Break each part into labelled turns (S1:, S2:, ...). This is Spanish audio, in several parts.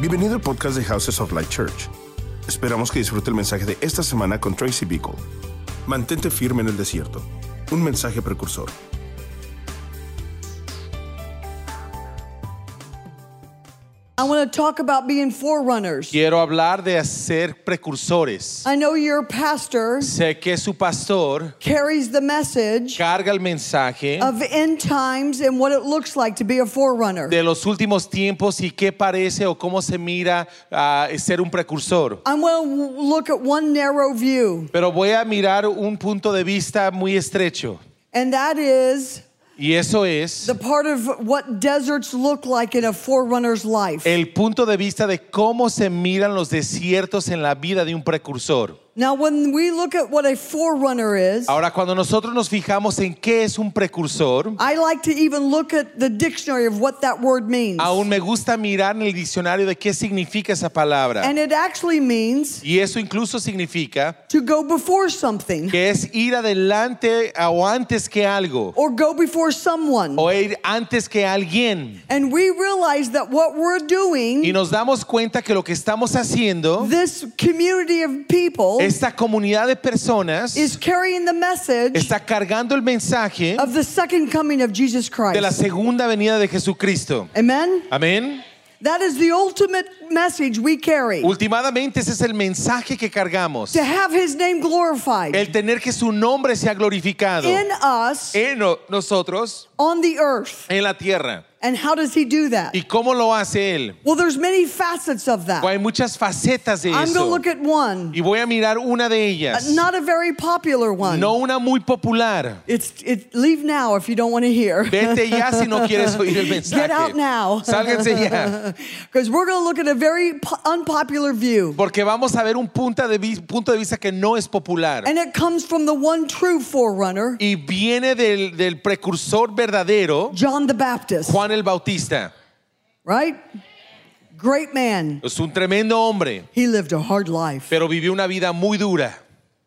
S1: Bienvenido al podcast de Houses of Light Church. Esperamos que disfrute el mensaje de esta semana con Tracy Beagle. Mantente firme en el desierto. Un mensaje precursor.
S2: I want to talk about being forerunners.
S3: Quiero hablar de ser precursores.
S2: I know your pastor
S3: Sé que su pastor
S2: carries the message
S3: carga el mensaje
S2: of end times and what it looks like to be a forerunner.
S3: de los últimos tiempos y qué parece o cómo se mira ah, ser un precursor.
S2: I'm going to w- look at one narrow view,
S3: Pero voy a mirar un punto de vista muy estrecho
S2: and that is
S3: y eso es
S2: the part of what deserts look like in a forerunner's life.
S3: el punto de vista de cómo se miran los desiertos en la vida de un precursor.
S2: Now, when we look at what a forerunner is,
S3: Ahora, cuando nosotros nos fijamos en qué es un precursor,
S2: I like to even look at the dictionary of what that word means.
S3: aún me gusta mirar en el diccionario de qué significa esa palabra.
S2: And it actually means
S3: Y eso incluso significa
S2: to go before something
S3: que es ir adelante o antes que algo,
S2: or go before someone.
S3: o ir antes que alguien.
S2: And we realize that what we're
S3: Y
S2: doing,
S3: nos damos cuenta que lo que estamos haciendo,
S2: this community of people,
S3: esta comunidad de personas,
S2: is carrying the message
S3: está cargando el mensaje
S2: of the second coming of Jesus
S3: de la
S2: Christ.
S3: segunda venida de Jesucristo.
S2: Amen?
S3: Amén.
S2: That is the ultimate message we carry
S3: Últimamente ese es el mensaje que cargamos.
S2: to have his name glorified
S3: El tener que su nombre sea glorificado
S2: in us
S3: en o- nosotros,
S2: on the earth.
S3: en la tierra.
S2: And how does he do that?
S3: ¿Y cómo lo hace Él?
S2: Well, there's many facets of that.
S3: Hay muchas facetas de
S2: I'm going to
S3: eso.
S2: look at one,
S3: Y voy a mirar una de
S2: uh,
S3: ellas.
S2: not a very popular one.
S3: No una muy popular.
S2: It's it, leave now if you don't want to hear.
S3: Vete ya si no quieres oír el mensaje.
S2: Get out now.
S3: Sálganse ya.
S2: Because we're going to look at a very po- unpopular view.
S3: Porque vamos a ver un punto de, vi- punto de vista que no es popular.
S2: And it comes from the one true forerunner,
S3: Y viene del, del precursor verdadero,
S2: John the Baptist,
S3: Juan el Bautista.
S2: right? Great man.
S3: Es un tremendo hombre,
S2: He lived a hard life,
S3: pero vivió una vida muy dura,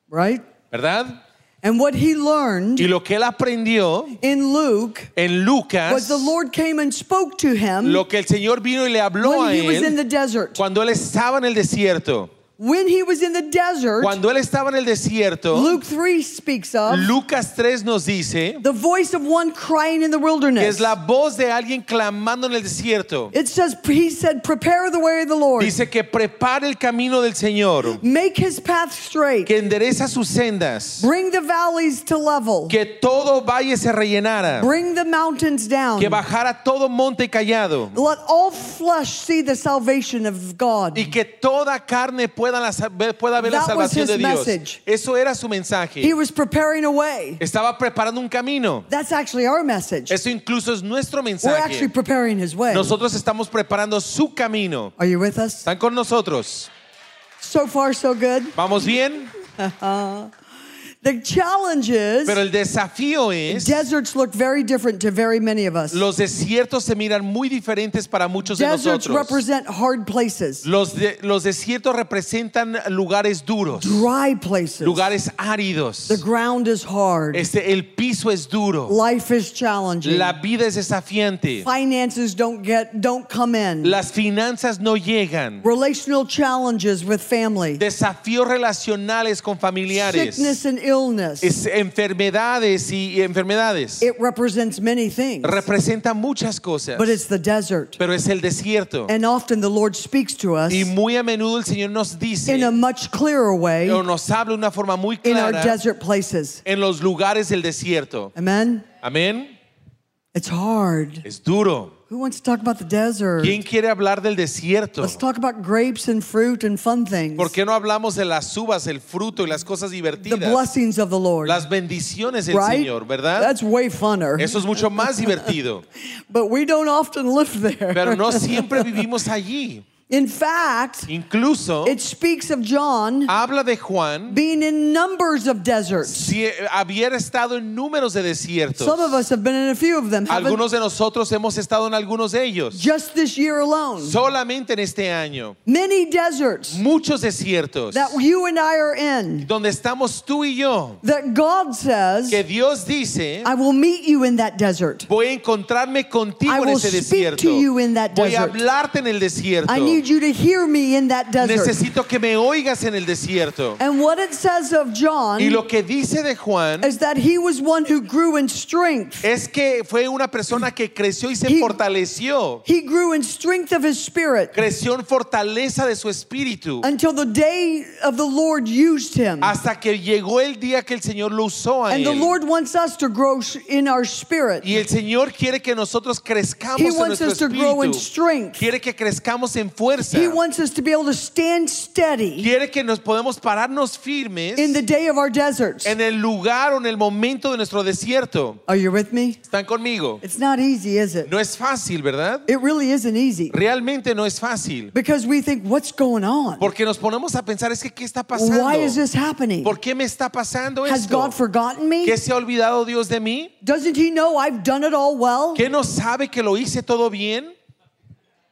S2: right?
S3: ¿verdad?
S2: And what he learned
S3: Y lo que él aprendió
S2: in Luke
S3: en
S2: was
S3: Lucas,
S2: the Lord came and spoke to him
S3: lo que el Señor vino y le habló
S2: when
S3: a
S2: he was in
S3: él
S2: the desert.
S3: cuando él estaba en el desierto.
S2: When he was in the desert,
S3: Cuando él estaba en el desierto,
S2: Luke 3 speaks of
S3: Lucas 3 nos dice
S2: the voice of one crying in the
S3: que es
S2: wilderness.
S3: la voz de alguien clamando en el desierto.
S2: It says, He said, Prepare the way of the Lord,
S3: Dice que prepara el camino del Señor,
S2: make his path straight,
S3: que endereza sus sendas,
S2: bring the valleys to level,
S3: que todo valle se rellenara,
S2: bring the mountains down.
S3: que bajara todo monte callado
S2: Let all flesh see the salvation of God.
S3: y que toda carne pueda, la sal- ver- pueda ver la
S2: That was
S3: salvación
S2: his
S3: de Dios.
S2: message.
S3: Eso era su
S2: He
S3: mensaje.
S2: was preparing a way.
S3: Estaba preparando un camino.
S2: That's actually our message.
S3: Eso incluso es nuestro
S2: We're actually
S3: mensaje.
S2: preparing his way.
S3: Nosotros estamos preparando su camino.
S2: Are you with us?
S3: ¿Están con nosotros?
S2: So far, so good.
S3: ¿Vamos bien?
S2: The challenge is
S3: Pero el desafío es
S2: deserts look very different to very many of us.
S3: Los desiertos se miran muy diferentes para muchos de
S2: Deserts
S3: nosotros.
S2: represent hard places,
S3: Los, de- los desiertos representan lugares duros,
S2: dry places.
S3: lugares áridos.
S2: The ground is hard.
S3: Este, el piso es duro,
S2: Life is challenging.
S3: la vida es desafiante,
S2: Finances don't get don't come in.
S3: las finanzas no llegan,
S2: Relational challenges with family.
S3: desafíos relacionales con familiares,
S2: Sickness and illness.
S3: es- enfermedades y, y enfermedades.
S2: It represents many things,
S3: Representa muchas cosas,
S2: but it's the desert.
S3: pero es el desierto.
S2: And often the Lord speaks to us
S3: Y muy a menudo el Señor nos
S2: in a
S3: dice
S2: much clearer way
S3: o nos habla de una forma muy
S2: in our
S3: clara
S2: desert places.
S3: en los lugares del desierto.
S2: Amen?
S3: Amén.
S2: It's hard.
S3: Es duro.
S2: Who wants to talk about the desert?
S3: ¿Quién quiere hablar del desierto?
S2: Let's talk about grapes and fruit and fun things.
S3: ¿Por qué no hablamos de las uvas, el fruto y las cosas
S2: The
S3: divertidas?
S2: blessings of the Lord.
S3: Las bendiciones del
S2: right?
S3: Señor, ¿verdad?
S2: That's way funner.
S3: Eso es mucho más divertido.
S2: But we don't often live there.
S3: Pero no siempre vivimos allí.
S2: in fact,
S3: Incluso
S2: it speaks of John
S3: habla de Juan
S2: being in numbers of deserts.
S3: si había estado en números de
S2: Some of
S3: desiertos.
S2: us have been in a few of them. haven't
S3: Algunos de nosotros hemos estado en algunos de ellos.
S2: just this year alone.
S3: Solamente en este año.
S2: many deserts
S3: Muchos desiertos
S2: that you and I are in
S3: donde estamos tú y yo.
S2: that God says,
S3: que Dios dice,
S2: I will meet you in that desert.
S3: voy a encontrarme
S2: I
S3: contigo en
S2: will
S3: ese
S2: speak
S3: desierto.
S2: to you in that
S3: Voy a
S2: desert.
S3: hablarte en el desierto.
S2: I need need you to hear me in that desert.
S3: Necesito que me oigas en el desierto.
S2: And what it says of John
S3: Y lo que dice de Juan
S2: is that he was one who grew in strength.
S3: es que fue una persona que creció y se
S2: He-
S3: fortaleció.
S2: He grew in strength of his spirit
S3: Creció en fortaleza de su espíritu
S2: until the day of the Lord used him.
S3: hasta que llegó el día que el Señor lo usó a
S2: And the
S3: él.
S2: Lord wants us to grow sh- in our spirit.
S3: Y el Señor quiere que nosotros crezcamos
S2: He
S3: en
S2: wants
S3: nuestro
S2: us to grow in
S3: espíritu.
S2: strength.
S3: Quiere que crezcamos en fuerza.
S2: He wants us to be able to stand steady
S3: Quiere que nos podamos pararnos firmes
S2: in the day of our deserts.
S3: en el lugar o en el momento de nuestro desierto.
S2: Are you with me?
S3: ¿Están conmigo?
S2: It's not easy, is it?
S3: No es fácil, ¿verdad?
S2: It really isn't easy
S3: Realmente no es fácil.
S2: because we think, what's going on?
S3: Porque nos ponemos a pensar, es que ¿qué está pasando?
S2: Why is this happening?
S3: ¿Por qué me está pasando
S2: Has
S3: esto?
S2: God forgotten me?
S3: ¿Qué se ha olvidado Dios de mí?
S2: Doesn't He know I've done it all well?
S3: ¿Qué no sabe que lo hice todo bien?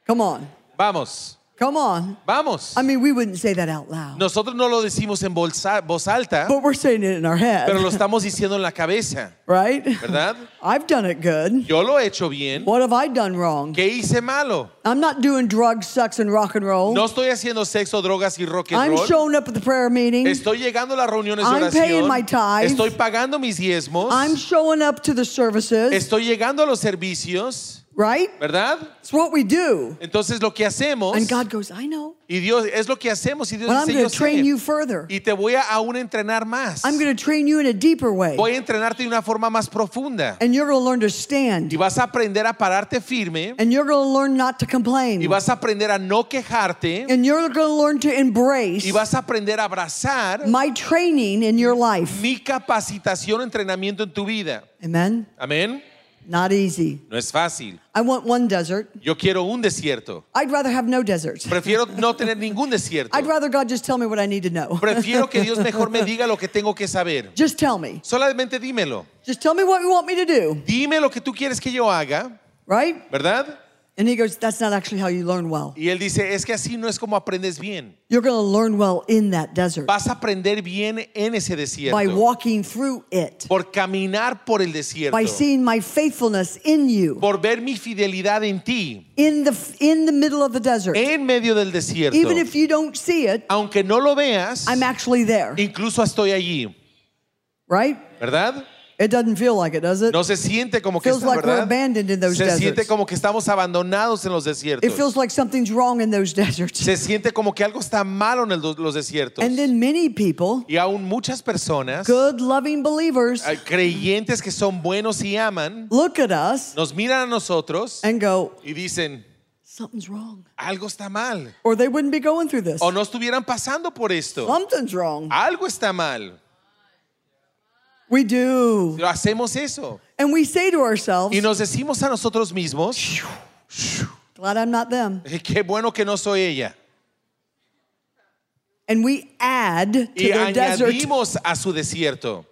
S2: Come on.
S3: Vamos,
S2: Come on.
S3: vamos.
S2: I mean, we wouldn't say that out loud,
S3: Nosotros no lo decimos en bolsa- voz alta,
S2: but we're saying it in our
S3: pero lo
S2: head,
S3: estamos diciendo en la cabeza,
S2: right?
S3: ¿verdad?
S2: I've done it good.
S3: Yo lo he hecho bien.
S2: What have I done wrong?
S3: ¿Qué hice malo?
S2: I'm not doing drugs, sex, and rock and roll.
S3: No estoy haciendo sexo, drogas y rock and
S2: I'm
S3: roll.
S2: showing up at the prayer meeting.
S3: Estoy llegando a las reuniones de
S2: I'm paying
S3: oración.
S2: my tithes.
S3: Estoy pagando mis diezmos.
S2: I'm showing up to the services,
S3: Estoy llegando a los servicios,
S2: right?
S3: ¿verdad?
S2: It's what we do.
S3: Entonces lo que hacemos
S2: And God goes, I know,
S3: y Dios es lo que hacemos y Dios
S2: but I'm
S3: dice,
S2: going
S3: "Yo
S2: to
S3: sé,
S2: train you further.
S3: y te voy a aún entrenar más.
S2: I'm going to train you in a deeper way.
S3: Voy a entrenarte de una forma más profunda
S2: And you're going to learn to
S3: y
S2: stand.
S3: vas a aprender a pararte firme
S2: And you're going to learn not to
S3: y
S2: complain.
S3: vas a aprender a no quejarte
S2: And you're going to learn to
S3: y
S2: embrace
S3: vas a aprender a abrazar
S2: my training in your life.
S3: mi capacitación, entrenamiento en tu vida.
S2: Amen?
S3: Amén.
S2: Not easy.
S3: No es fácil.
S2: I want one desert.
S3: Yo quiero un desierto.
S2: I'd rather have no deserts.
S3: Prefiero no tener ningún desierto.
S2: I'd rather God just tell me what I need to know.
S3: Prefiero que Dios mejor me diga lo que tengo que saber.
S2: Just tell me.
S3: Solamente dímelo.
S2: Just tell me what you want me to do,
S3: Dime lo que tú quieres que yo haga,
S2: right?
S3: ¿verdad?
S2: And he goes, That's not actually how you learn well.
S3: Y él dice, es que así no es como aprendes bien.
S2: You're going to learn well in that desert
S3: Vas a aprender bien en ese desierto.
S2: by walking through it,
S3: por caminar por el desierto.
S2: by seeing my faithfulness in you,
S3: por ver mi fidelidad en ti,
S2: in the, in the middle of the desert.
S3: en medio del desierto.
S2: Even if you don't see it,
S3: Aunque no lo veas,
S2: I'm actually there,
S3: incluso estoy allí,
S2: right?
S3: ¿verdad?
S2: It doesn't feel like it, does it?
S3: No se siente como que
S2: Feels
S3: está-
S2: like we're
S3: ¿verdad?
S2: abandoned in those
S3: se siente
S2: deserts.
S3: como que estamos abandonados en los desiertos.
S2: It feels like something's wrong in those deserts.
S3: se siente como que algo está malo en el do- los desiertos.
S2: And then many people,
S3: y aún muchas personas,
S2: good, loving believers,
S3: eh, creyentes que son buenos y aman,
S2: look at us
S3: nos miran a nosotros
S2: and go,
S3: y dicen,
S2: Something's wrong.
S3: algo está mal.
S2: Or they wouldn't be going through this.
S3: O Oh, no estuvieran pasando por esto.
S2: Something's wrong.
S3: Algo está mal.
S2: We do.
S3: Pero Hacemos eso.
S2: And we say to ourselves,
S3: Y nos decimos a nosotros mismos,
S2: glad I'm not them.
S3: "Eh, qué bueno que no soy ella.
S2: And we add to
S3: Y
S2: their desert.
S3: añadimos a su desierto.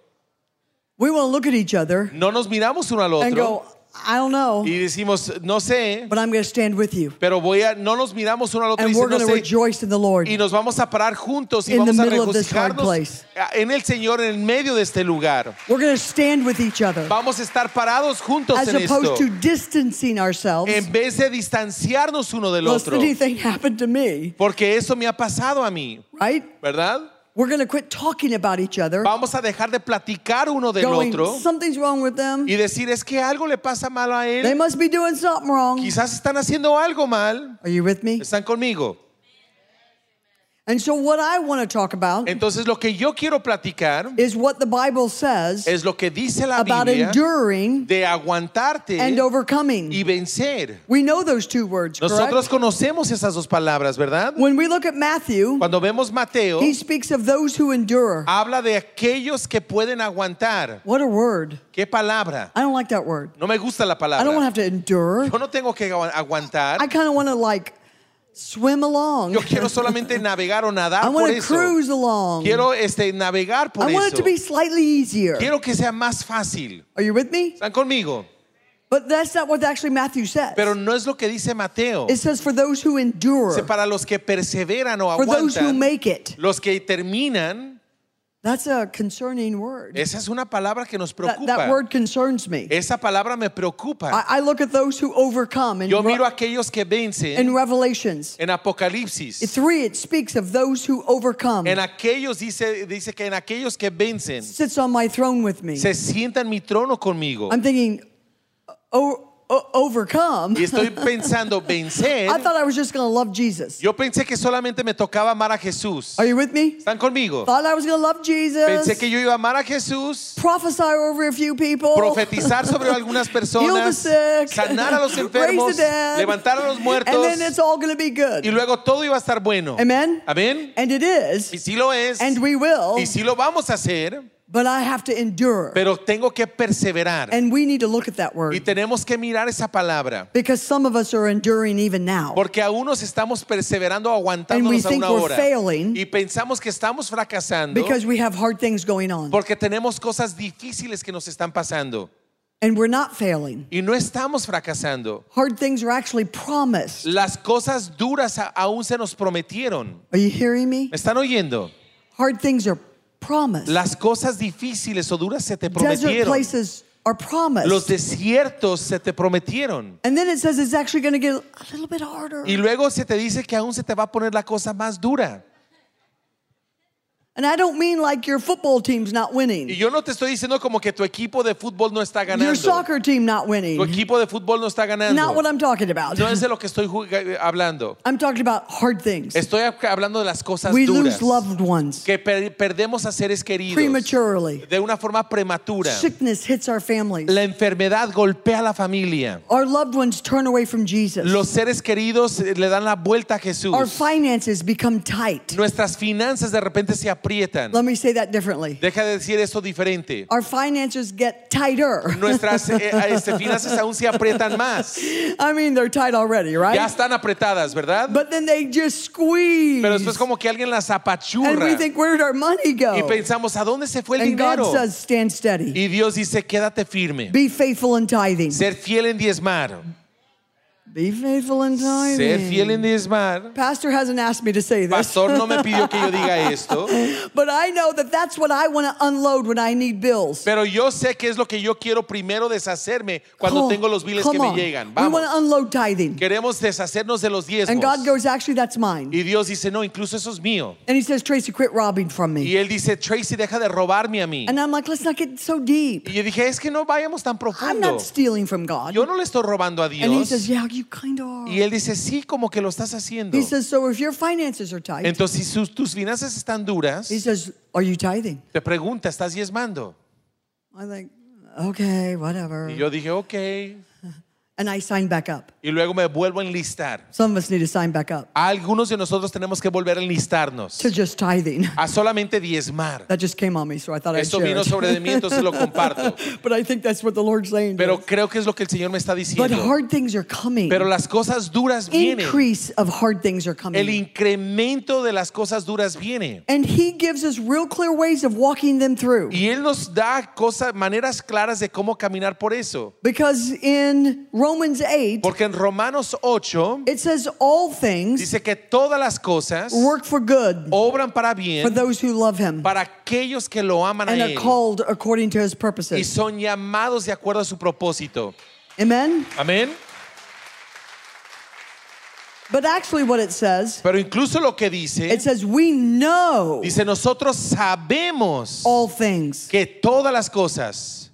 S2: We want to look at each other
S3: No nos miramos uno al
S2: and
S3: otro
S2: go, I don't know,
S3: y decimos, no sé,
S2: but I'm going to stand with you.
S3: pero voy a, no nos miramos uno al otro y
S2: And we're
S3: dicen, no
S2: going to
S3: sé.
S2: rejoice in the Lord.
S3: Y nos vamos a parar juntos y
S2: In the
S3: vamos a
S2: middle of this hard
S3: regocijarnos
S2: place.
S3: en el Señor en medio de este lugar.
S2: We're going to stand with each other
S3: Vamos a estar parados juntos
S2: as
S3: en esto.
S2: opposed to distancing ourselves.
S3: En vez de distanciarnos uno del
S2: Lest
S3: otro.
S2: anything happen to me,
S3: Porque eso me ha pasado a mí,
S2: right?
S3: ¿verdad?
S2: We're going to quit talking about each other,
S3: Vamos a dejar de platicar uno del
S2: going,
S3: otro.
S2: something's wrong with them.
S3: y decir es que algo le pasa mal a
S2: They
S3: él.
S2: must be doing something wrong.
S3: Quizás están haciendo algo mal.
S2: Are you with me?
S3: Están conmigo.
S2: And so, what I want to talk about
S3: Entonces lo que yo quiero platicar
S2: is what the Bible says
S3: es lo que dice la
S2: about
S3: Biblia
S2: enduring
S3: de aguantarte
S2: and
S3: y
S2: overcoming.
S3: vencer.
S2: We know those two words,
S3: Nosotros
S2: correct?
S3: conocemos esas dos palabras, ¿verdad?
S2: When we look at Matthew,
S3: Cuando Ah. vemos Mateo,
S2: he speaks of those who endure.
S3: habla de aquellos que pueden aguantar.
S2: What a word.
S3: ¿Qué palabra?
S2: I don't like that word.
S3: No me gusta la
S2: I don't want to
S3: palabra.
S2: have to endure.
S3: Yo no tengo que agu- aguantar.
S2: I kind of want to like swim along.
S3: Yo quiero solamente navegar o nadar
S2: I
S3: por
S2: want to
S3: eso.
S2: cruise along.
S3: Quiero este navegar por
S2: I want it
S3: eso.
S2: to be slightly easier.
S3: Quiero que sea más fácil.
S2: Are you with me?
S3: ¿Están conmigo?
S2: But that's not what actually Matthew says.
S3: Pero no es lo que dice Mateo.
S2: It says for those who endure,
S3: Dice, para los que perseveran o
S2: for those who
S3: aguantan,
S2: make it.
S3: los que terminan,
S2: That's a concerning word.
S3: Esa es una palabra que nos
S2: That,
S3: preocupa.
S2: that word concerns me.
S3: Esa palabra me preocupa.
S2: I, I look at those who overcome in,
S3: Yo
S2: Re-
S3: miro a aquellos que vencen
S2: in Revelations.
S3: en Apocalipsis.
S2: Three, it speaks of those who overcome.
S3: En aquellos dice, dice que en aquellos que vencen
S2: Sits on my throne with me.
S3: se sienta en mi trono conmigo.
S2: I'm thinking, o- o- overcome?
S3: Y estoy pensando, vencer.
S2: I thought I was just going to love Jesus.
S3: Yo pensé que solamente me tocaba amar a Jesús.
S2: Are you with me?
S3: ¿Están conmigo?
S2: Thought I was going to love Jesus.
S3: Pensé que yo iba a amar a Jesús,
S2: prophesy over a few people.
S3: profetizar sobre algunas personas,
S2: Heal the Oh. sick.
S3: sanar a los
S2: Raise
S3: enfermos,
S2: the dead.
S3: levantar a los
S2: And
S3: muertos
S2: then it's all going to be good.
S3: y luego todo iba a estar bueno.
S2: Amen?
S3: Amén.
S2: And it is.
S3: Y si lo es,
S2: And we will.
S3: y si lo vamos a hacer,
S2: But I have to endure.
S3: pero tengo que perseverar.
S2: and we need to look at that word.
S3: Y tenemos que mirar esa palabra,
S2: because some of us are enduring even now.
S3: porque aún nos estamos perseverando,
S2: And
S3: aguantándonos
S2: we
S3: a
S2: think
S3: una
S2: we're
S3: hora.
S2: failing.
S3: Y pensamos que estamos fracasando
S2: because we have hard things going on.
S3: porque tenemos cosas difíciles que nos están pasando.
S2: and we're not failing.
S3: Y no estamos fracasando.
S2: Hard things are actually promised.
S3: Las cosas duras a- aún se nos prometieron.
S2: Are you hearing me?
S3: ¿Me están oyendo?
S2: Hard things are promised.
S3: Las cosas difíciles o duras se te
S2: Desert
S3: prometieron.
S2: places are promised.
S3: Los desiertos se te prometieron.
S2: and then it says it's actually going to get a little bit harder.
S3: Y luego se te dice que aún se te va a poner la cosa más dura.
S2: and I don't mean like your football team's not winning,
S3: Y yo no te estoy diciendo como que tu equipo de fútbol no está
S2: your
S3: ganando.
S2: soccer team not
S3: Tu
S2: winning.
S3: equipo de fútbol no está
S2: Not what
S3: ganando.
S2: I'm talking about.
S3: No es de lo que estoy juzga- hablando.
S2: I'm talking about hard things.
S3: Estoy hab- hablando de las cosas
S2: We lose
S3: duras.
S2: loved ones
S3: Que per- perdemos a seres queridos
S2: prematurely.
S3: de una forma prematura.
S2: Sickness hits our families.
S3: La enfermedad golpea a la familia.
S2: Our loved ones turn away from Jesus.
S3: Los seres queridos eh, le dan la vuelta a Jesús.
S2: Our finances become tight.
S3: Nuestras finanzas de repente se aprietan.
S2: Let me say that differently.
S3: Deja de decir esto diferente.
S2: Our finances get tighter.
S3: Nuestras eh, este, finanzas aún se aprietan más.
S2: I mean, they're tight already, right?
S3: Ya están apretadas, ¿verdad?
S2: But then they just squeeze.
S3: Pero después como que alguien las
S2: and
S3: apachurra
S2: we think, where did our money go?
S3: y pensamos, ¿a dónde se fue el
S2: and God
S3: dinero?
S2: says, stand steady.
S3: Y Dios dice, quédate firme.
S2: Be faithful in tithing.
S3: Ser fiel en diezmar.
S2: Be faithful in tithing.
S3: Ser fiel en diezmar.
S2: Pastor hasn't asked me to say this,
S3: Pastor no me pidió que yo diga esto,
S2: but I know that that's what I want to unload when I need bills.
S3: pero yo sé que es lo que yo quiero primero deshacerme cuando
S2: Come-
S3: tengo los biles
S2: Oh, come
S3: que me
S2: on.
S3: llegan.
S2: We
S3: Vamos.
S2: want to unload tithing.
S3: Queremos deshacernos de los
S2: And
S3: diezmos.
S2: God goes, actually, that's mine.
S3: Y Dios dice, no, incluso eso es mío.
S2: And he says, Tracy, quit robbing from me.
S3: Y él dice, Tracy, deja de robarme a mí.
S2: And I'm like, let's not get so deep.
S3: Y yo dije, es que no vayamos tan
S2: I'm
S3: profundo.
S2: not stealing from God.
S3: Yo no le estoy robando a
S2: And he says,
S3: Dios.
S2: yeah, you kind of are.
S3: Y él dice, sí, como que lo estás haciendo.
S2: He says, so if your finances are tight,
S3: Entonces, si sus- tus finanzas están duras,
S2: he says, are you tithing?
S3: te pregunta, ¿estás diezmando?
S2: I think, okay, whatever.
S3: Y yo dije, ok. Y
S2: And I sign back up.
S3: luego me vuelvo a enlistar.
S2: Some of us need to sign back up
S3: Algunos de nosotros tenemos que volver a enlistarnos
S2: to just tithing.
S3: a solamente diezmar.
S2: That just came on me, so I thought I'd
S3: Esto
S2: share
S3: vino
S2: it.
S3: sobre de mí, entonces lo comparto.
S2: But I think that's what the Lord's saying. to
S3: Pero
S2: us.
S3: creo que es lo que el Señor me está
S2: but
S3: diciendo.
S2: hard things are coming.
S3: Pero las cosas duras vienen.
S2: Increase of hard things are coming.
S3: El incremento de las cosas duras viene.
S2: and he gives us real clear ways of walking them through.
S3: Y Él nos da cosas, maneras claras de cómo caminar por eso.
S2: Because in Romans 8,
S3: Porque en Romanos 8
S2: it says all things
S3: dice que todas las cosas
S2: work for good
S3: obran para
S2: for
S3: bien
S2: those who love him
S3: para aquellos que lo aman a
S2: and are
S3: Él
S2: called according to his
S3: y
S2: purposes.
S3: son llamados de acuerdo a su propósito.
S2: Amen?
S3: Amén.
S2: But actually, what it says,
S3: Pero incluso lo que
S2: it
S3: dice,
S2: says, we know
S3: dice nosotros sabemos
S2: all things.
S3: que todas las cosas,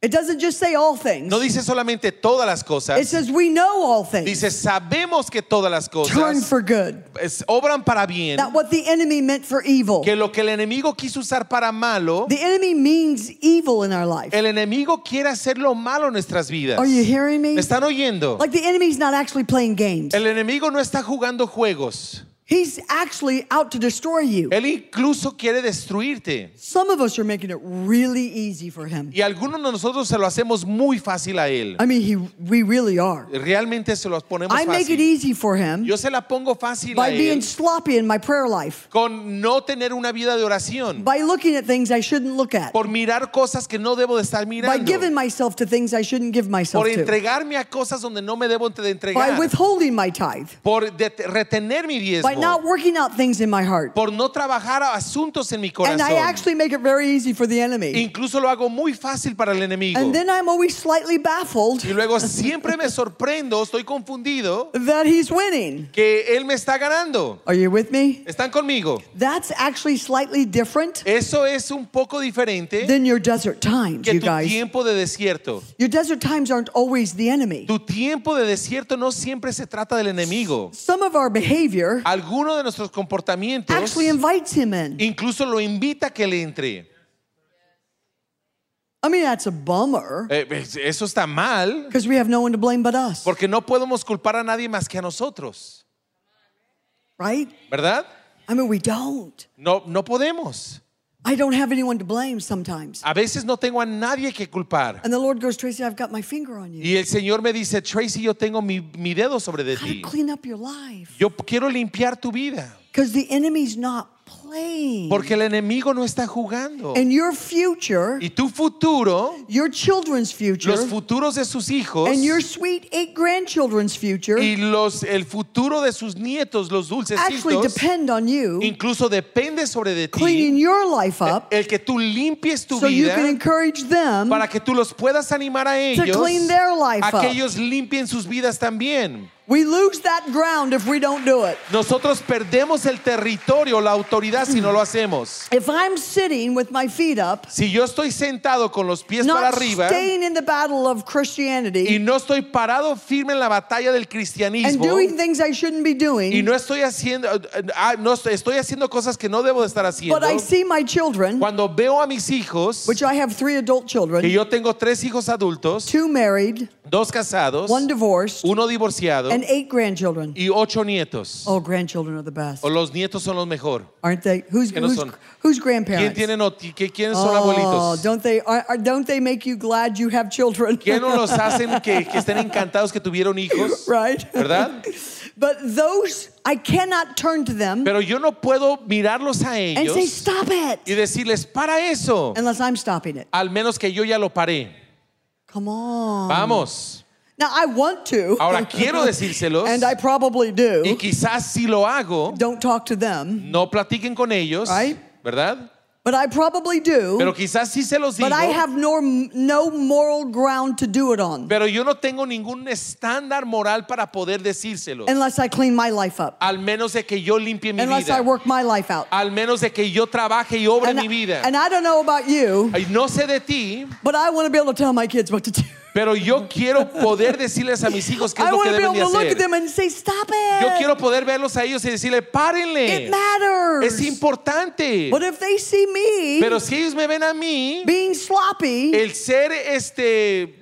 S2: It doesn't just say all things,
S3: no dice solamente todas las
S2: it
S3: cosas,
S2: says, we know all things.
S3: dice sabemos que todas las
S2: Turn
S3: cosas
S2: for good.
S3: es- obran para bien.
S2: That what the enemy meant for evil.
S3: que lo que el enemigo quiso usar para malo,
S2: The enemy means evil in our life.
S3: el enemigo quiere hacer lo malo en nuestras vidas.
S2: Are you hearing me?
S3: ¿Me están oyendo?
S2: Like the enemy's not actually playing games.
S3: El enemigo no está jugando juegos.
S2: He's actually out to destroy you.
S3: Él incluso quiere destruirte.
S2: Some of us are making it really easy for him.
S3: Y algunos de nosotros se lo hacemos muy fácil a él.
S2: I mean, he, we really are.
S3: Realmente se lo ponemos
S2: I make it
S3: fácil.
S2: easy for him
S3: Yo se la pongo fácil
S2: by
S3: a
S2: being
S3: él
S2: sloppy in my prayer life,
S3: con no tener una vida de oración,
S2: by looking at things I shouldn't look at,
S3: por mirar cosas que no debo de estar
S2: by
S3: mirando,
S2: giving myself to things I shouldn't give myself
S3: por
S2: to,
S3: entregarme a cosas donde no me debo de
S2: by
S3: entregar,
S2: withholding my tithe,
S3: por det- retener mi
S2: by
S3: diezmo, nuevo,
S2: not working out things in my heart.
S3: por no trabajar a asuntos en mi
S2: And I
S3: corazón.
S2: actually make it very easy for the enemy.
S3: Incluso lo hago muy fácil para el enemigo.
S2: And then I'm always slightly baffled
S3: Y luego siempre me sorprendo, estoy confundido,
S2: that he's winning.
S3: que él me está ganando.
S2: Are you with me?
S3: ¿Están conmigo?
S2: That's actually slightly different
S3: Eso es un poco diferente
S2: than your desert times,
S3: Eh? que
S2: you
S3: tu
S2: guys.
S3: tiempo de desierto.
S2: Your desert times aren't always the enemy.
S3: Tu tiempo de desierto no siempre se trata del enemigo.
S2: Some of our behavior
S3: Alguno de nuestros comportamientos
S2: actually invites him in.
S3: incluso lo invita a que le entre.
S2: I mean, that's a bummer
S3: Eh, pues, eso está mal
S2: because we have no one to blame but us,
S3: porque no podemos culpar a nadie más que a nosotros,
S2: right?
S3: ¿verdad?
S2: I mean, we don't.
S3: No, no podemos.
S2: I don't have anyone to blame sometimes.
S3: A veces no tengo a nadie que culpar.
S2: And the Lord goes, Tracy, I've got my finger on you.
S3: Y el Señor me dice, Tracy, yo tengo mi, mi dedo sobre de
S2: Gotta
S3: ti.
S2: clean up your life
S3: Yo quiero limpiar tu vida
S2: because the enemy's not playing.
S3: porque el enemigo no está jugando.
S2: And your future,
S3: Y tu futuro,
S2: your children's future,
S3: los futuros de sus hijos
S2: and your sweet eight grandchildren's future
S3: y los, el futuro de sus nietos, los
S2: actually
S3: dulcecitos,
S2: depend on you
S3: incluso depende sobre de ti.
S2: cleaning your life up
S3: El que tú limpies tu
S2: so you
S3: vida
S2: can encourage them
S3: para que tú los puedas animar a ellos
S2: clean their life
S3: a que
S2: up.
S3: ellos limpien sus vidas también.
S2: We lose that ground if we don't do it.
S3: Nosotros perdemos el territorio, la autoridad si no lo hacemos.
S2: If I'm sitting with my feet up,
S3: Si yo estoy sentado con los pies para
S2: not
S3: arriba
S2: staying in the battle of
S3: y
S2: Christianity
S3: no estoy parado firme en la batalla del
S2: and
S3: cristianismo
S2: doing things I shouldn't be
S3: y
S2: doing,
S3: no estoy haciendo ah, no estoy, estoy haciendo cosas que no debo de estar haciendo.
S2: but I see my children,
S3: Cuando veo a mis hijos,
S2: which I have three adult
S3: que
S2: children,
S3: yo tengo tres hijos adultos,
S2: two married,
S3: dos casados,
S2: one divorced,
S3: uno divorciado
S2: and eight grandchildren.
S3: y ocho nietos.
S2: Oh, grandchildren are the best,
S3: O los nietos son los mejor.
S2: aren't they? Who's
S3: Que no
S2: who's,
S3: son.
S2: who's
S3: ¿Quién
S2: grandparents?
S3: tiene noti- qué- quiénes son
S2: Oh,
S3: abuelitos?
S2: don't they are, are- don't they make you glad you have children?
S3: ¿Quién no los hacen que, que estén encantados que tuvieron hijos?
S2: right?
S3: ¿Verdad?
S2: But those I cannot turn to them
S3: Pero yo no puedo mirarlos a
S2: and
S3: ellos
S2: say stop
S3: y
S2: it
S3: decirles, para eso,
S2: unless I'm stopping it.
S3: al menos que yo ya lo paré.
S2: Come on.
S3: Vamos.
S2: Now I want to.
S3: Ahora quiero decírselos.
S2: And I probably
S3: Y
S2: do.
S3: quizás si lo hago,
S2: Don't talk to them,
S3: no platiquen con ellos,
S2: Right.
S3: ¿verdad?
S2: but I probably do.
S3: Pero quizás sí se los digo.
S2: But I have no no moral ground to do it on
S3: Pero yo no tengo ningún estándar moral para poder decírselo.
S2: unless I clean my life up.
S3: Al menos de que yo limpie mi
S2: Unless I
S3: vida.
S2: work my life out.
S3: Al menos de que yo trabaje y obre
S2: And,
S3: mi vida.
S2: and I don't know about you,
S3: Ay, no sé de ti,
S2: but I want to be able to tell my kids what to do.
S3: pero yo quiero poder decirles a mis hijos qué es
S2: I
S3: lo
S2: want
S3: que
S2: to be
S3: deben
S2: able
S3: de
S2: to look at
S3: hacer.
S2: them and say, "Stop
S3: Yo quiero
S2: it!
S3: poder verlos a ellos y decirle, párenle.
S2: It matters."
S3: Es importante.
S2: But if they see me
S3: Pero si ellos me ven a mí,
S2: being sloppy,
S3: el ser este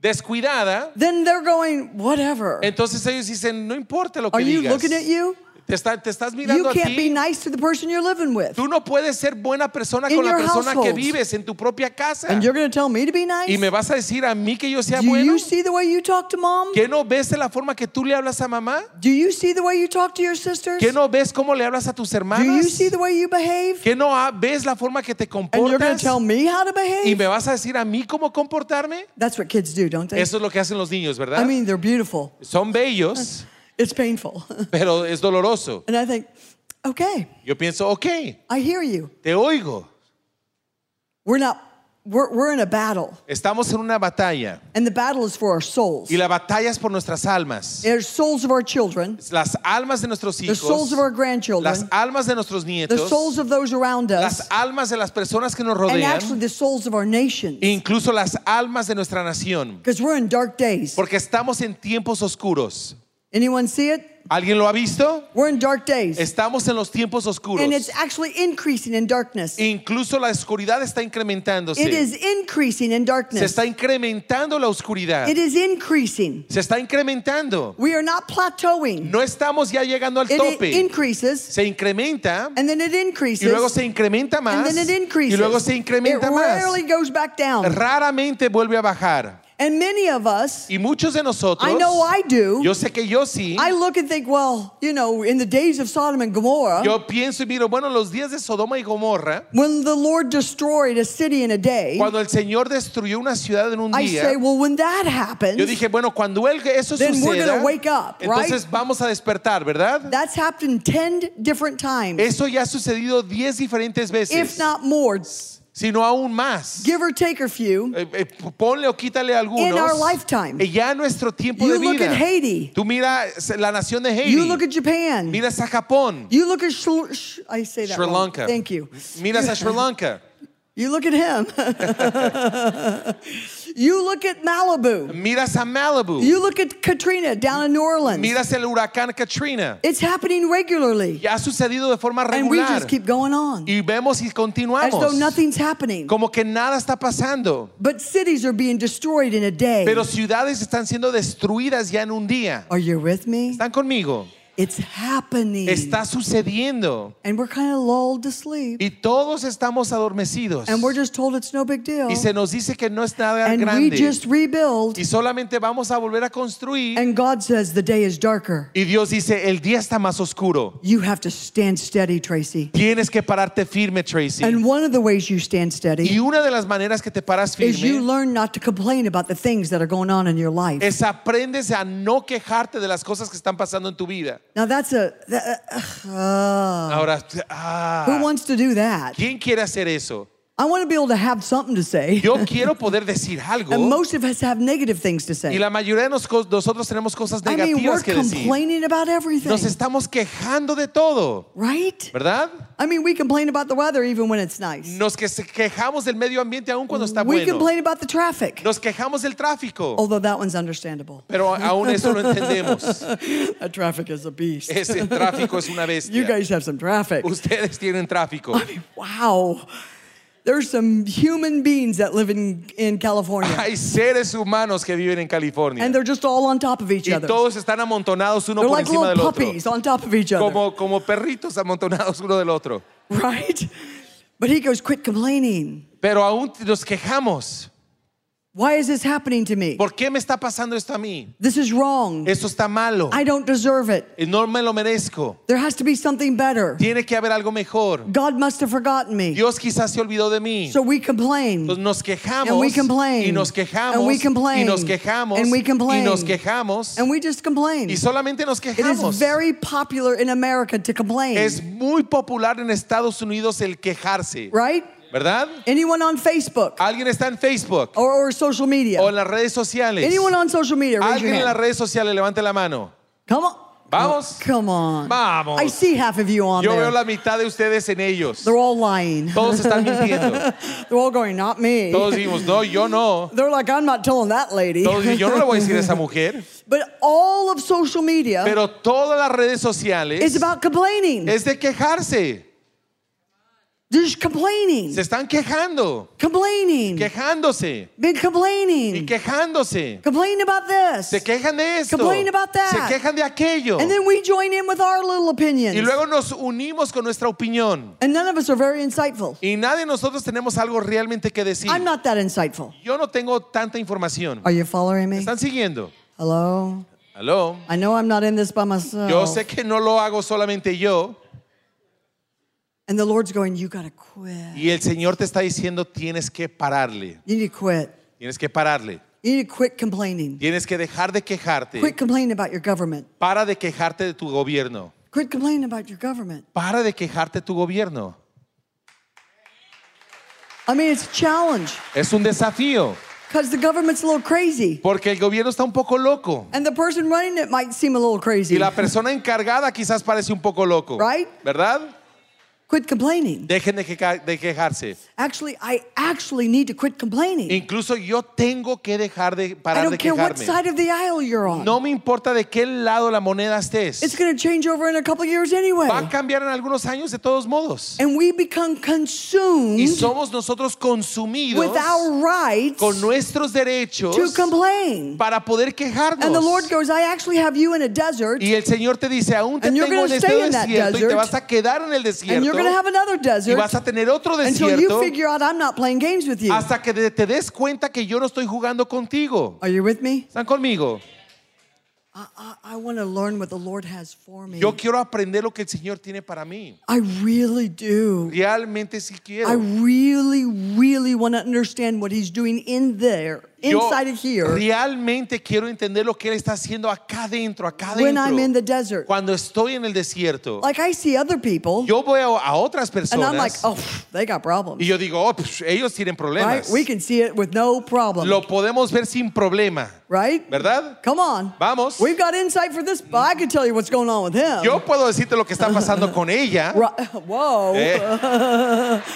S3: descuidada,
S2: then they're going, "Whatever."
S3: entonces ellos dicen, no importa lo que
S2: Are you
S3: digas.
S2: looking at you?
S3: Te, está- te estás
S2: You
S3: mirando a
S2: can't be
S3: ti.
S2: nice to the person you're living with.
S3: Tú no puedes ser buena persona
S2: In
S3: con la
S2: your
S3: persona que
S2: household.
S3: vives en tu propia casa.
S2: And you're going to tell me to be nice?
S3: Y me vas a decir a mí que yo sea
S2: Do
S3: bueno.
S2: you see the way you talk to mom?
S3: ¿Que no ves de la forma que tú le hablas a mamá?
S2: Do you see the way you talk to your sisters?
S3: ¿Que no ves cómo le hablas a tus
S2: Do you
S3: hermanas?
S2: see the way you behave?
S3: ¿Que no ah, ves la forma que te
S2: And you're going
S3: comportas?
S2: to tell me how to
S3: ¿Y
S2: behave?
S3: me vas a decir a mí cómo comportarme?
S2: That's what kids do, don't they?
S3: Eso es lo que hacen los niños, ¿verdad?
S2: I mean, they're beautiful.
S3: Son bellos,
S2: It's painful.
S3: pero es doloroso.
S2: and I think, okay,
S3: Yo pienso, ok,
S2: I hear you.
S3: te oigo.
S2: We're not, we're, we're in a battle.
S3: Estamos en una batalla
S2: And the battle is for our souls.
S3: y la batalla es por nuestras almas.
S2: There's souls of our children,
S3: Las almas de nuestros
S2: the
S3: hijos,
S2: souls of our
S3: las
S2: grandchildren,
S3: almas de nuestros
S2: the
S3: nietos,
S2: souls of those around us,
S3: las almas de las personas que nos
S2: and
S3: rodean,
S2: actually the souls of our nation.
S3: incluso las almas de nuestra nación.
S2: Because we're in dark days.
S3: Porque estamos en tiempos oscuros.
S2: Anyone see it?
S3: ¿Alguien lo ha visto?
S2: We're in dark days.
S3: Estamos en los tiempos oscuros.
S2: And it's actually increasing in darkness.
S3: Incluso la oscuridad está incrementándose.
S2: It is increasing in
S3: Se
S2: darkness.
S3: está incrementando la oscuridad.
S2: It is increasing.
S3: Se está incrementando.
S2: We are not plateauing.
S3: No estamos ya llegando al
S2: It i-
S3: tope.
S2: increases
S3: Se incrementa
S2: and then it
S3: y luego
S2: increases
S3: se incrementa
S2: and
S3: más
S2: then it
S3: y
S2: increases.
S3: luego se
S2: It
S3: incrementa más.
S2: rarely goes back down.
S3: Raramente vuelve a bajar.
S2: And many of us,
S3: Y muchos de nosotros,
S2: I know I do,
S3: yo sé que yo sí,
S2: I look and think, well, you know, in the days of Sodom and Gomorrah,
S3: yo pienso y miro, bueno, los días de Sodoma y Gomorra,
S2: when the Lord destroyed a city in a day,
S3: cuando el Señor destruyó una ciudad en un
S2: I
S3: día,
S2: say, well, when that happens,
S3: yo dije, bueno, cuando él, eso
S2: Then we're
S3: suceda,
S2: gonna wake up, right?
S3: entonces vamos a despertar, ¿verdad?
S2: that's happened 10 different times,
S3: Eso ya ha sucedido 10 diferentes veces,
S2: if not more,
S3: sino aún más.
S2: give or take a few.
S3: Eh, eh, ponle o quítale algunos.
S2: In our lifetime.
S3: Eh, ya en nuestro tiempo
S2: You
S3: de
S2: look
S3: vida.
S2: at Haiti.
S3: Tú mira s- la nación de Haití.
S2: You look at Japan.
S3: Miras a Japón.
S2: You look at Sri, Sh- I say that
S3: Sri
S2: wrong.
S3: Lanka.
S2: Thank you.
S3: Miras a Sri Lanka.
S2: You look at him. you look at Malibu.
S3: Miras a Malibu.
S2: You look at Katrina down in New Orleans.
S3: Miras el huracán Katrina.
S2: It's happening regularly.
S3: Ya ha sucedido de forma
S2: And we
S3: regular.
S2: just keep going on
S3: Y vemos y
S2: as
S3: continuamos.
S2: though nothing's happening.
S3: Como que nada está pasando.
S2: But cities are being destroyed in a day.
S3: Pero ciudades están siendo destruidas ya en un día.
S2: Are you with me?
S3: ¿Están conmigo?
S2: It's happening.
S3: Está sucediendo.
S2: And we're kind of lulled to sleep.
S3: Y todos estamos adormecidos.
S2: And we're just told it's no big deal.
S3: Y se nos dice que no es nada
S2: And we
S3: grande.
S2: just rebuild.
S3: y solamente vamos a volver a construir.
S2: And God says the day is darker.
S3: Y Dios dice, el día está más oscuro.
S2: You have to stand steady, Tracy.
S3: Tienes que pararte firme, Tracy.
S2: And one of the ways you stand
S3: y
S2: steady
S3: una de las maneras que te paras
S2: is you
S3: firme
S2: learn not to complain about the things that are going on in your life.
S3: es aprendes a no quejarte de las cosas que están pasando en tu vida.
S2: Now that's a that- uh,
S3: Ahora, ah,
S2: who wants to do that?
S3: ¿quién quiere hacer eso?
S2: I want to be able to have something to say.
S3: Yo quiero poder decir
S2: And
S3: algo.
S2: most of us have negative things to
S3: Y
S2: say.
S3: la mayoría de nos- nosotros tenemos cosas
S2: I mean, we're
S3: negativas que decir.
S2: complaining about
S3: Nos
S2: everything,
S3: estamos quejando de todo,
S2: right?
S3: ¿verdad?
S2: I mean, we complain about the weather even when it's nice.
S3: Nos que se quejamos del medio ambiente aún cuando está
S2: We
S3: bueno.
S2: complain about the traffic,
S3: Nos quejamos del tráfico,
S2: although that one's understandable.
S3: pero aún eso lo entendemos.
S2: That traffic is a beast.
S3: Ese tráfico es una
S2: You
S3: bestia.
S2: guys have some traffic.
S3: Ustedes tienen tráfico.
S2: Wow. There's some human beings that live in, in California.
S3: Hay seres humanos que viven en California
S2: And they're just all on top of each
S3: y
S2: other.
S3: todos están amontonados uno
S2: They're
S3: por
S2: like
S3: encima
S2: little
S3: del otro,
S2: puppies on top of each other.
S3: como como perritos amontonados uno del otro.
S2: Right? But he goes, quit complaining.
S3: Pero aún nos quejamos.
S2: Why is this happening to me?
S3: ¿Por qué me está pasando esto a mí?
S2: This is wrong.
S3: Esto está malo.
S2: I don't deserve it.
S3: Eh, No me lo merezco.
S2: There has to be something better.
S3: Tiene que haber algo mejor.
S2: God must have forgotten me.
S3: Dios quizás se olvidó de mí.
S2: So we complain.
S3: Entonces nos quejamos
S2: And we complain.
S3: y nos quejamos
S2: And we complain.
S3: y nos quejamos
S2: And we
S3: y
S2: complain.
S3: nos quejamos
S2: And we just complain.
S3: y solamente nos
S2: It is
S3: quejamos.
S2: very popular in America to complain.
S3: Es muy popular en Estados Unidos el quejarse,
S2: right?
S3: ¿verdad?
S2: Anyone on Facebook
S3: Alguien está en Facebook
S2: or, or social media?
S3: o en las redes sociales.
S2: Anyone on social media? Raise your
S3: Alguien en las
S2: hand.
S3: redes sociales levante la mano.
S2: Come on.
S3: Vamos.
S2: Come on.
S3: Vamos.
S2: I see half of you on
S3: Yo
S2: there.
S3: veo la mitad de ustedes en ellos.
S2: They're all lying.
S3: Todos están mintiendo.
S2: They're all going, not me.
S3: Todos dijimos, no, yo no.
S2: They're like, I'm not telling that lady.
S3: Todos dijimos, yo no le voy a decir a esa mujer.
S2: But all of social media
S3: Pero todas las redes
S2: is
S3: sociales
S2: about complaining.
S3: es de quejarse.
S2: Just complaining.
S3: Se están quejando,
S2: Complaining.
S3: quejándose
S2: Been
S3: y
S2: complaining.
S3: quejándose.
S2: Complain about this.
S3: Se quejan de esto.
S2: Complain about that.
S3: Se quejan de aquello.
S2: And then we join in with our little opinions.
S3: Y luego nos unimos con nuestra opinión.
S2: and none of us are very insightful.
S3: Y nadie de nosotros tenemos algo realmente que decir.
S2: I'm not that insightful.
S3: Yo no tengo tanta información.
S2: Are you following me?
S3: ¿Están siguiendo?
S2: Hello?
S3: Aló.
S2: I know I'm not in this by myself.
S3: Yo sé que no lo hago solamente yo.
S2: And the Lord's going, You got to quit.
S3: Y el Señor te está diciendo, tienes que pararle.
S2: You need to quit.
S3: Tienes que pararle.
S2: You need to quit complaining.
S3: Tienes que dejar de quejarte.
S2: Quit complaining about your government.
S3: Para de quejarte de tu gobierno.
S2: Quit complaining about your government.
S3: Para de quejarte de tu gobierno.
S2: I mean, it's a challenge
S3: Es un desafío.
S2: because the government's a little crazy.
S3: Porque el gobierno está un poco loco.
S2: And the person running it might seem a little
S3: Y
S2: crazy.
S3: la persona encargada quizás parece un poco loco.
S2: Right?
S3: ¿Verdad?
S2: Quit complaining.
S3: Dejen de, queja- de quejarse.
S2: Actually, I actually need to quit complaining.
S3: Incluso yo tengo que dejar de
S2: I
S3: parar de
S2: don't care what
S3: quejarme.
S2: side of the aisle you're on.
S3: No me importa de qué lado la moneda
S2: It's
S3: estés.
S2: going to change over in a couple years anyway.
S3: Va a cambiar en algunos años de todos modos.
S2: And we become
S3: Y
S2: consumed
S3: somos nosotros consumidos
S2: with our rights
S3: con nuestros derechos
S2: to complain.
S3: para poder
S2: And the Lord
S3: quejarnos.
S2: goes, I actually have you in a desert,
S3: Y el Señor te dice, aún te
S2: And you're
S3: tengo en
S2: gonna
S3: este
S2: stay in that
S3: desierto y te
S2: desert.
S3: vas a quedar en el
S2: and you're
S3: desierto
S2: going to have another
S3: y
S2: desert
S3: vas a tener otro
S2: until you
S3: desierto
S2: figure out I'm not playing games with you.
S3: hasta que de- te des cuenta que yo no estoy jugando contigo.
S2: Are you with me?
S3: ¿Están conmigo?
S2: I, I want to learn what the Lord has for me.
S3: Yo quiero aprender lo que el Señor tiene para mí.
S2: I really do.
S3: Realmente sí quiero.
S2: I really, really want to understand what He's doing in there,
S3: Yo
S2: inside of here,
S3: realmente quiero entender lo que Él está haciendo acá adentro, acá
S2: when I'm in the
S3: adentro.
S2: desert.
S3: Cuando estoy en el desierto,
S2: Like I see other people,
S3: yo veo a otras
S2: and I'm like,
S3: personas
S2: oh, they got
S3: y
S2: problems.
S3: yo digo, oh, pues, ellos tienen
S2: Right?
S3: problemas.
S2: We can see it with no problem.
S3: Lo podemos ver sin problema,
S2: Right?
S3: ¿verdad?
S2: Come on.
S3: Vamos.
S2: We've got insight for this. I can tell you what's going on with him.
S3: Yo puedo decirte lo que está pasando con ella.
S2: Ri- Whoa.
S3: Eh.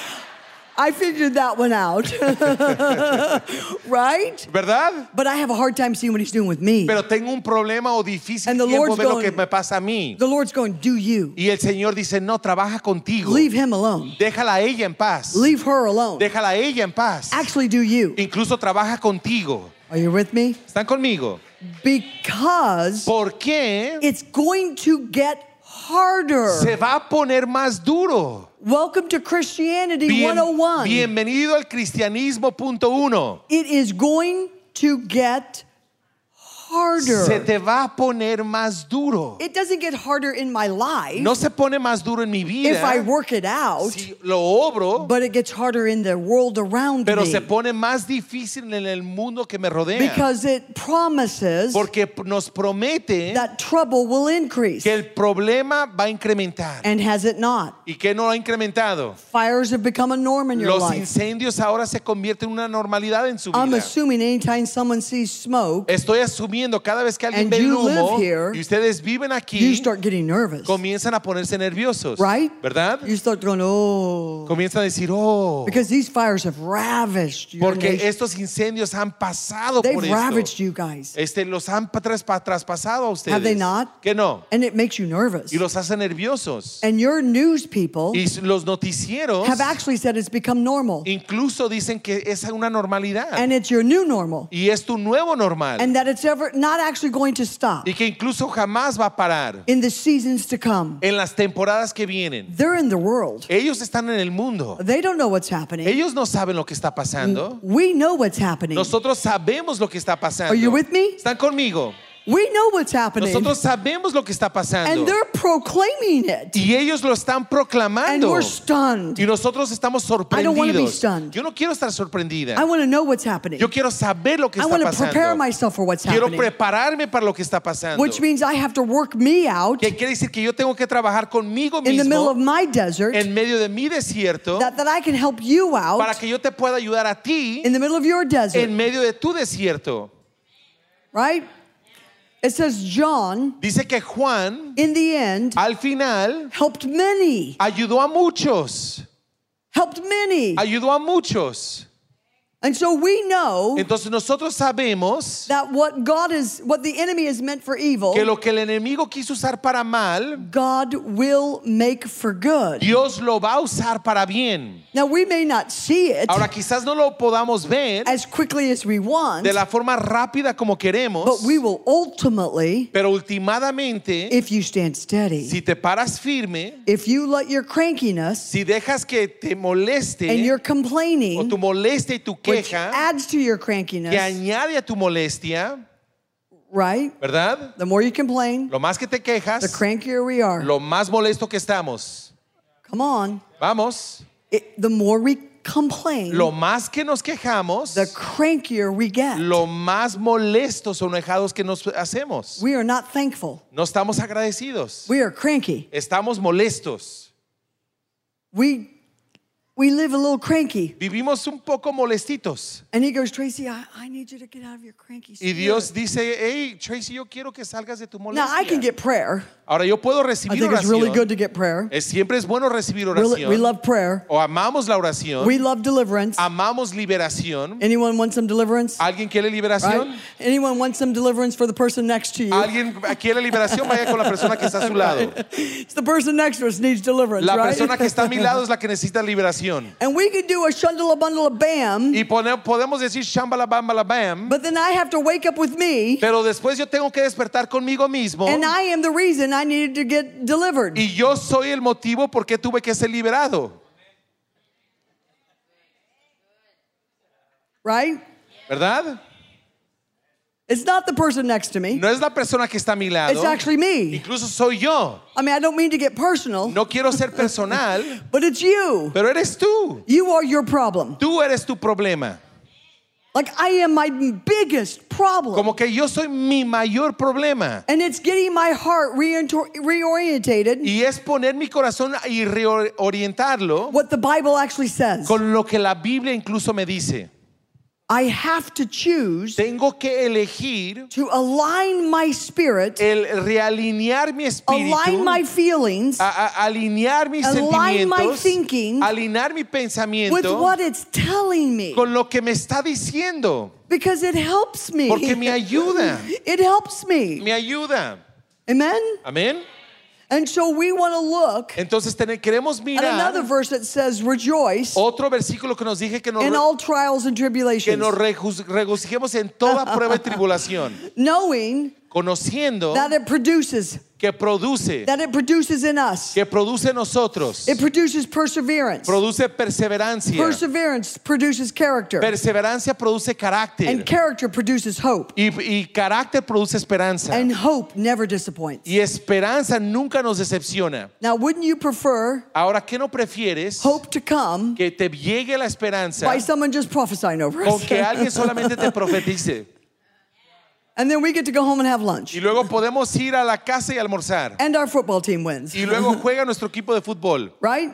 S2: I figured that one out. right?
S3: ¿Verdad?
S2: But I have a hard time seeing what he's doing with me.
S3: Pero tengo un problema o difícil
S2: And the
S3: tiempo
S2: Lord's
S3: ver lo
S2: going-
S3: que me pasa a mí.
S2: The Lord's going, do you.
S3: Y el Señor dice, no, trabaja contigo.
S2: Leave him alone.
S3: Déjala a ella en paz.
S2: Leave her alone.
S3: Déjala a ella en paz.
S2: Actually, do you.
S3: Incluso trabaja contigo.
S2: Are you with me?
S3: ¿Están conmigo?
S2: Because
S3: ¿Por qué
S2: it's going to get harder.
S3: se va a poner más duro?
S2: Welcome to Christianity
S3: Bien-
S2: 101.
S3: bienvenido al cristianismo punto uno.
S2: It is going to get
S3: Se
S2: harder.
S3: te va a poner más duro.
S2: It doesn't get harder in my life
S3: No se pone más duro en mi
S2: if I
S3: vida
S2: work it out,
S3: si lo obro,
S2: but it gets harder in the world around
S3: pero
S2: me
S3: se pone más difícil en el mundo que me rodea.
S2: because it promises
S3: Porque nos promete
S2: that trouble will increase.
S3: que el problema va a incrementar.
S2: And has it not?
S3: ¿Y que no ha incrementado?
S2: Fires have become a norm in your
S3: Los
S2: life.
S3: incendios ahora se convierten en una normalidad en su
S2: I'm
S3: vida.
S2: assuming anytime someone sees smoke,
S3: Estoy asumiendo cada vez que alguien
S2: And
S3: ve el
S2: you live
S3: humo
S2: here,
S3: y ustedes viven
S2: you
S3: aquí,
S2: start getting nervous,
S3: comienzan a ponerse nerviosos,
S2: right?
S3: ¿verdad?
S2: You start going, oh,
S3: Comienzan a decir, oh,
S2: because these fires have ravished your
S3: porque
S2: nation.
S3: estos incendios han pasado
S2: They've
S3: por
S2: ravaged
S3: esto.
S2: you guys,
S3: Este, los han pa- traspa- traspasado a ustedes.
S2: they not?
S3: Que no.
S2: and it makes you nervous.
S3: Y los hace nerviosos.
S2: And your news people
S3: Y s- los noticieros
S2: have actually said it's become normal,
S3: incluso dicen que es una normalidad.
S2: and it's your new normal,
S3: Y es tu nuevo normal.
S2: and that it's ever not actually going to stop
S3: Y que incluso jamás va a parar
S2: in the seasons to come.
S3: en las temporadas que vienen.
S2: They're in the world.
S3: Ellos están en el mundo.
S2: They don't know what's happening.
S3: Ellos no saben lo que está pasando.
S2: We know what's happening.
S3: Nosotros sabemos lo que está pasando.
S2: Are you with me?
S3: ¿Están conmigo?
S2: We know what's happening.
S3: Nosotros sabemos lo que está
S2: And
S3: pasando.
S2: they're proclaiming it.
S3: Y ellos lo están
S2: And
S3: proclamando.
S2: we're
S3: Y
S2: stunned.
S3: nosotros estamos
S2: wanna be
S3: sorprendidos.
S2: stunned.
S3: Yo no quiero estar sorprendida.
S2: I want to know what's happening.
S3: Yo quiero saber lo que
S2: I
S3: está
S2: want to prepare
S3: pasando.
S2: myself for what's
S3: Quiero
S2: happening,
S3: prepararme para lo que está pasando.
S2: which means I have to work me out
S3: Que quiere decir que yo tengo que trabajar conmigo
S2: in the middle
S3: mismo
S2: of my desert
S3: en medio de mi desierto
S2: that, that I can help you
S3: para
S2: out
S3: que yo te pueda ayudar a ti
S2: in the middle of your
S3: en
S2: desert,
S3: medio de tu desierto.
S2: right? It says, John,
S3: Dice que Juan
S2: in the end,
S3: al final
S2: helped many,
S3: ayudó a muchos,
S2: helped many.
S3: ayudó a muchos.
S2: And so we know
S3: Entonces nosotros sabemos
S2: that what God is, what the enemy is meant for
S3: que
S2: evil,
S3: lo que el enemigo quiso usar para mal,
S2: God will make for good.
S3: Dios lo va a usar para bien.
S2: Now, we may not see it
S3: Ahora quizás no lo podamos ver
S2: as quickly as we want,
S3: de la forma rápida como
S2: but
S3: queremos,
S2: we will ultimately,
S3: pero ultimadamente,
S2: if you stand steady,
S3: si te paras firme,
S2: if you let your crankiness
S3: si dejas que te
S2: and
S3: moleste
S2: your
S3: o tu
S2: complaining,
S3: molestia y tu
S2: which
S3: queja,
S2: adds to your
S3: que
S2: crankiness,
S3: añade a tu molestia,
S2: right?
S3: ¿verdad?
S2: The more you complain,
S3: Lo más que te
S2: the
S3: quejas,
S2: crankier we are.
S3: lo más molesto que estamos.
S2: Come on.
S3: Vamos.
S2: It, the more we complain,
S3: Lo más que nos quejamos,
S2: the crankier we get.
S3: lo más molestos o enojados que nos hacemos.
S2: We are not thankful.
S3: No estamos agradecidos.
S2: We are cranky.
S3: Estamos molestos.
S2: We we live a little cranky.
S3: Vivimos un poco molestitos.
S2: And he goes, Tracy, I, I need you to get out of your cranky
S3: Y
S2: spirit.
S3: Dios dice, hey, Tracy, yo quiero que salgas de tu
S2: now I can
S3: molestia.
S2: get prayer.
S3: Ahora yo puedo
S2: I
S3: recibir
S2: think it's really good
S3: oración.
S2: to get prayer.
S3: Es- Siempre es bueno recibir
S2: We, lo- we
S3: oración.
S2: love prayer.
S3: O amamos la oración.
S2: We love deliverance.
S3: Amamos liberación.
S2: Anyone want some deliverance?
S3: ¿Alguien quiere liberación?
S2: Right? Anyone want some deliverance for the person next to you?
S3: ¿Alguien quiere liberación? Vaya con la persona que está a su lado.
S2: It's the person next to us needs deliverance,
S3: La
S2: right?
S3: persona que está a mi lado es la que necesita oración.
S2: And we could do a shundala bundle of bam,
S3: Y pone- podemos decir shambala bambala bam,
S2: but then I have to wake up with me,
S3: pero después yo tengo que despertar conmigo mismo.
S2: and I am the reason I needed to get delivered.
S3: Y yo soy el motivo por qué tuve que ser liberado,
S2: Right?
S3: ¿verdad?
S2: It's not the person next to me.
S3: No es la persona que está a mi lado.
S2: It's actually me.
S3: Incluso soy yo.
S2: I mean, I don't mean to get personal,
S3: No quiero ser personal,
S2: but it's you.
S3: pero eres tú.
S2: You are your problem.
S3: Tú eres tu problema.
S2: Like I am my biggest problem.
S3: Como que yo soy mi mayor problema.
S2: and it's getting my heart reento- reorientated
S3: Y es poner mi corazón y reorientarlo
S2: what the Bible actually says.
S3: con lo que la Biblia incluso me dice.
S2: I have to choose
S3: Tengo que elegir
S2: to align my spirit,
S3: el realinear mi espíritu,
S2: align my feelings
S3: a- a- alinear mis
S2: Align my
S3: sentimientos,
S2: thinking
S3: alinear mi
S2: with
S3: pensamiento
S2: what it's telling me
S3: con lo que me está diciendo,
S2: because it helps me.
S3: porque me ayuda,
S2: It helps me.
S3: me ayuda.
S2: Amen?
S3: Amén.
S2: And so we want to look
S3: Entonces tene- queremos
S2: at another
S3: mirar
S2: verse that says, Rejoice
S3: otro versículo que nos dije que nos,
S2: in
S3: re-
S2: all trials and
S3: Oh, que
S2: tribulations,
S3: nos rejus- regocijemos en toda prueba y tribulación,
S2: knowing
S3: conociendo
S2: that it produces,
S3: que produce,
S2: that it produces in us.
S3: que produce en nosotros,
S2: It produces perseverance.
S3: produce perseverancia.
S2: Perseverance produces character.
S3: Perseverancia produce
S2: And
S3: carácter.
S2: character produces hope.
S3: Y, y carácter produce esperanza.
S2: And hope never disappoints.
S3: Y esperanza nunca nos decepciona.
S2: Now, wouldn't you prefer
S3: Ahora, ¿qué no prefieres?
S2: hope to come
S3: Que te llegue la esperanza
S2: by someone just prophesying over
S3: con
S2: us?
S3: que alguien solamente te profetice.
S2: and then we get to go home and have lunch.
S3: Y luego podemos ir a la casa y almorzar.
S2: And our football team wins.
S3: Y luego juega nuestro equipo de fútbol,
S2: Right?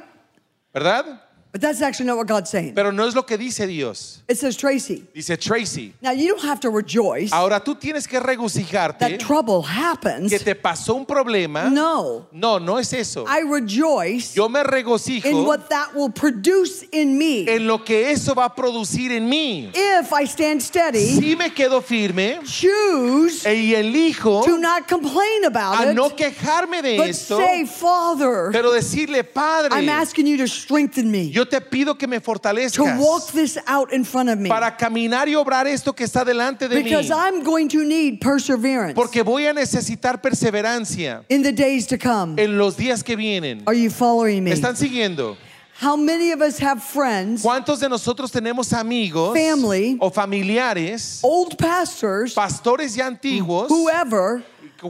S3: ¿verdad?
S2: But that's actually not what God's saying.
S3: Pero no es lo que dice Dios.
S2: It says, Tracy,
S3: Dice Tracy,
S2: now you don't have to rejoice
S3: ahora tú tienes que regocijarte
S2: that trouble happens.
S3: que te pasó un problema.
S2: No.
S3: No, no es eso.
S2: I rejoice
S3: Yo me
S2: in
S3: regocijo
S2: what that will produce in me
S3: en lo que eso va a producir en mí.
S2: if I stand steady,
S3: Si me quedo firme
S2: choose
S3: e- y elijo
S2: to not complain about
S3: a
S2: it,
S3: no quejarme de
S2: but
S3: esto,
S2: say, Father,
S3: pero decirle, Padre,
S2: I'm asking you to strengthen me
S3: yo te pido que me
S2: to walk
S3: fortalezcas
S2: this out in front of me
S3: para caminar y obrar esto que está delante de mí,
S2: because I'm going to need perseverance
S3: porque voy a necesitar perseverancia
S2: in the days to come.
S3: en los días que vienen.
S2: Are you following
S3: ¿Me
S2: me?
S3: están siguiendo?
S2: How many of us have friends,
S3: ¿Cuántos de nosotros tenemos amigos
S2: Family.
S3: o familiares,
S2: old pastors,
S3: pastores ya antiguos,
S2: whoever,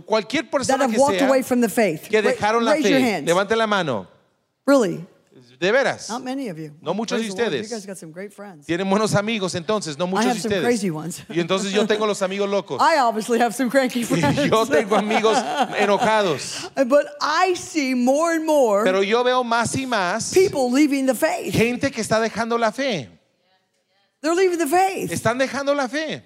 S3: cualquier
S2: that
S3: persona
S2: have
S3: que
S2: walked
S3: sea,
S2: away from the faith?
S3: que
S2: Ra-
S3: dejaron la
S2: raise your
S3: fe?
S2: hands. Um,
S3: Levanten la mano.
S2: Really?
S3: De veras.
S2: Not many of you.
S3: No muchos de
S2: Praise the Lord.
S3: ustedes.
S2: You guys got some great friends.
S3: Tienen buenos amigos, entonces, no muchos
S2: I
S3: de
S2: have some
S3: ustedes.
S2: crazy ones.
S3: Y entonces yo tengo los amigos locos.
S2: I obviously have some cranky
S3: Y
S2: friends.
S3: yo tengo amigos enojados.
S2: But I see more and more
S3: Pero yo veo más y más
S2: people leaving the faith.
S3: gente que está dejando la fe.
S2: They're leaving the faith.
S3: Están dejando la fe.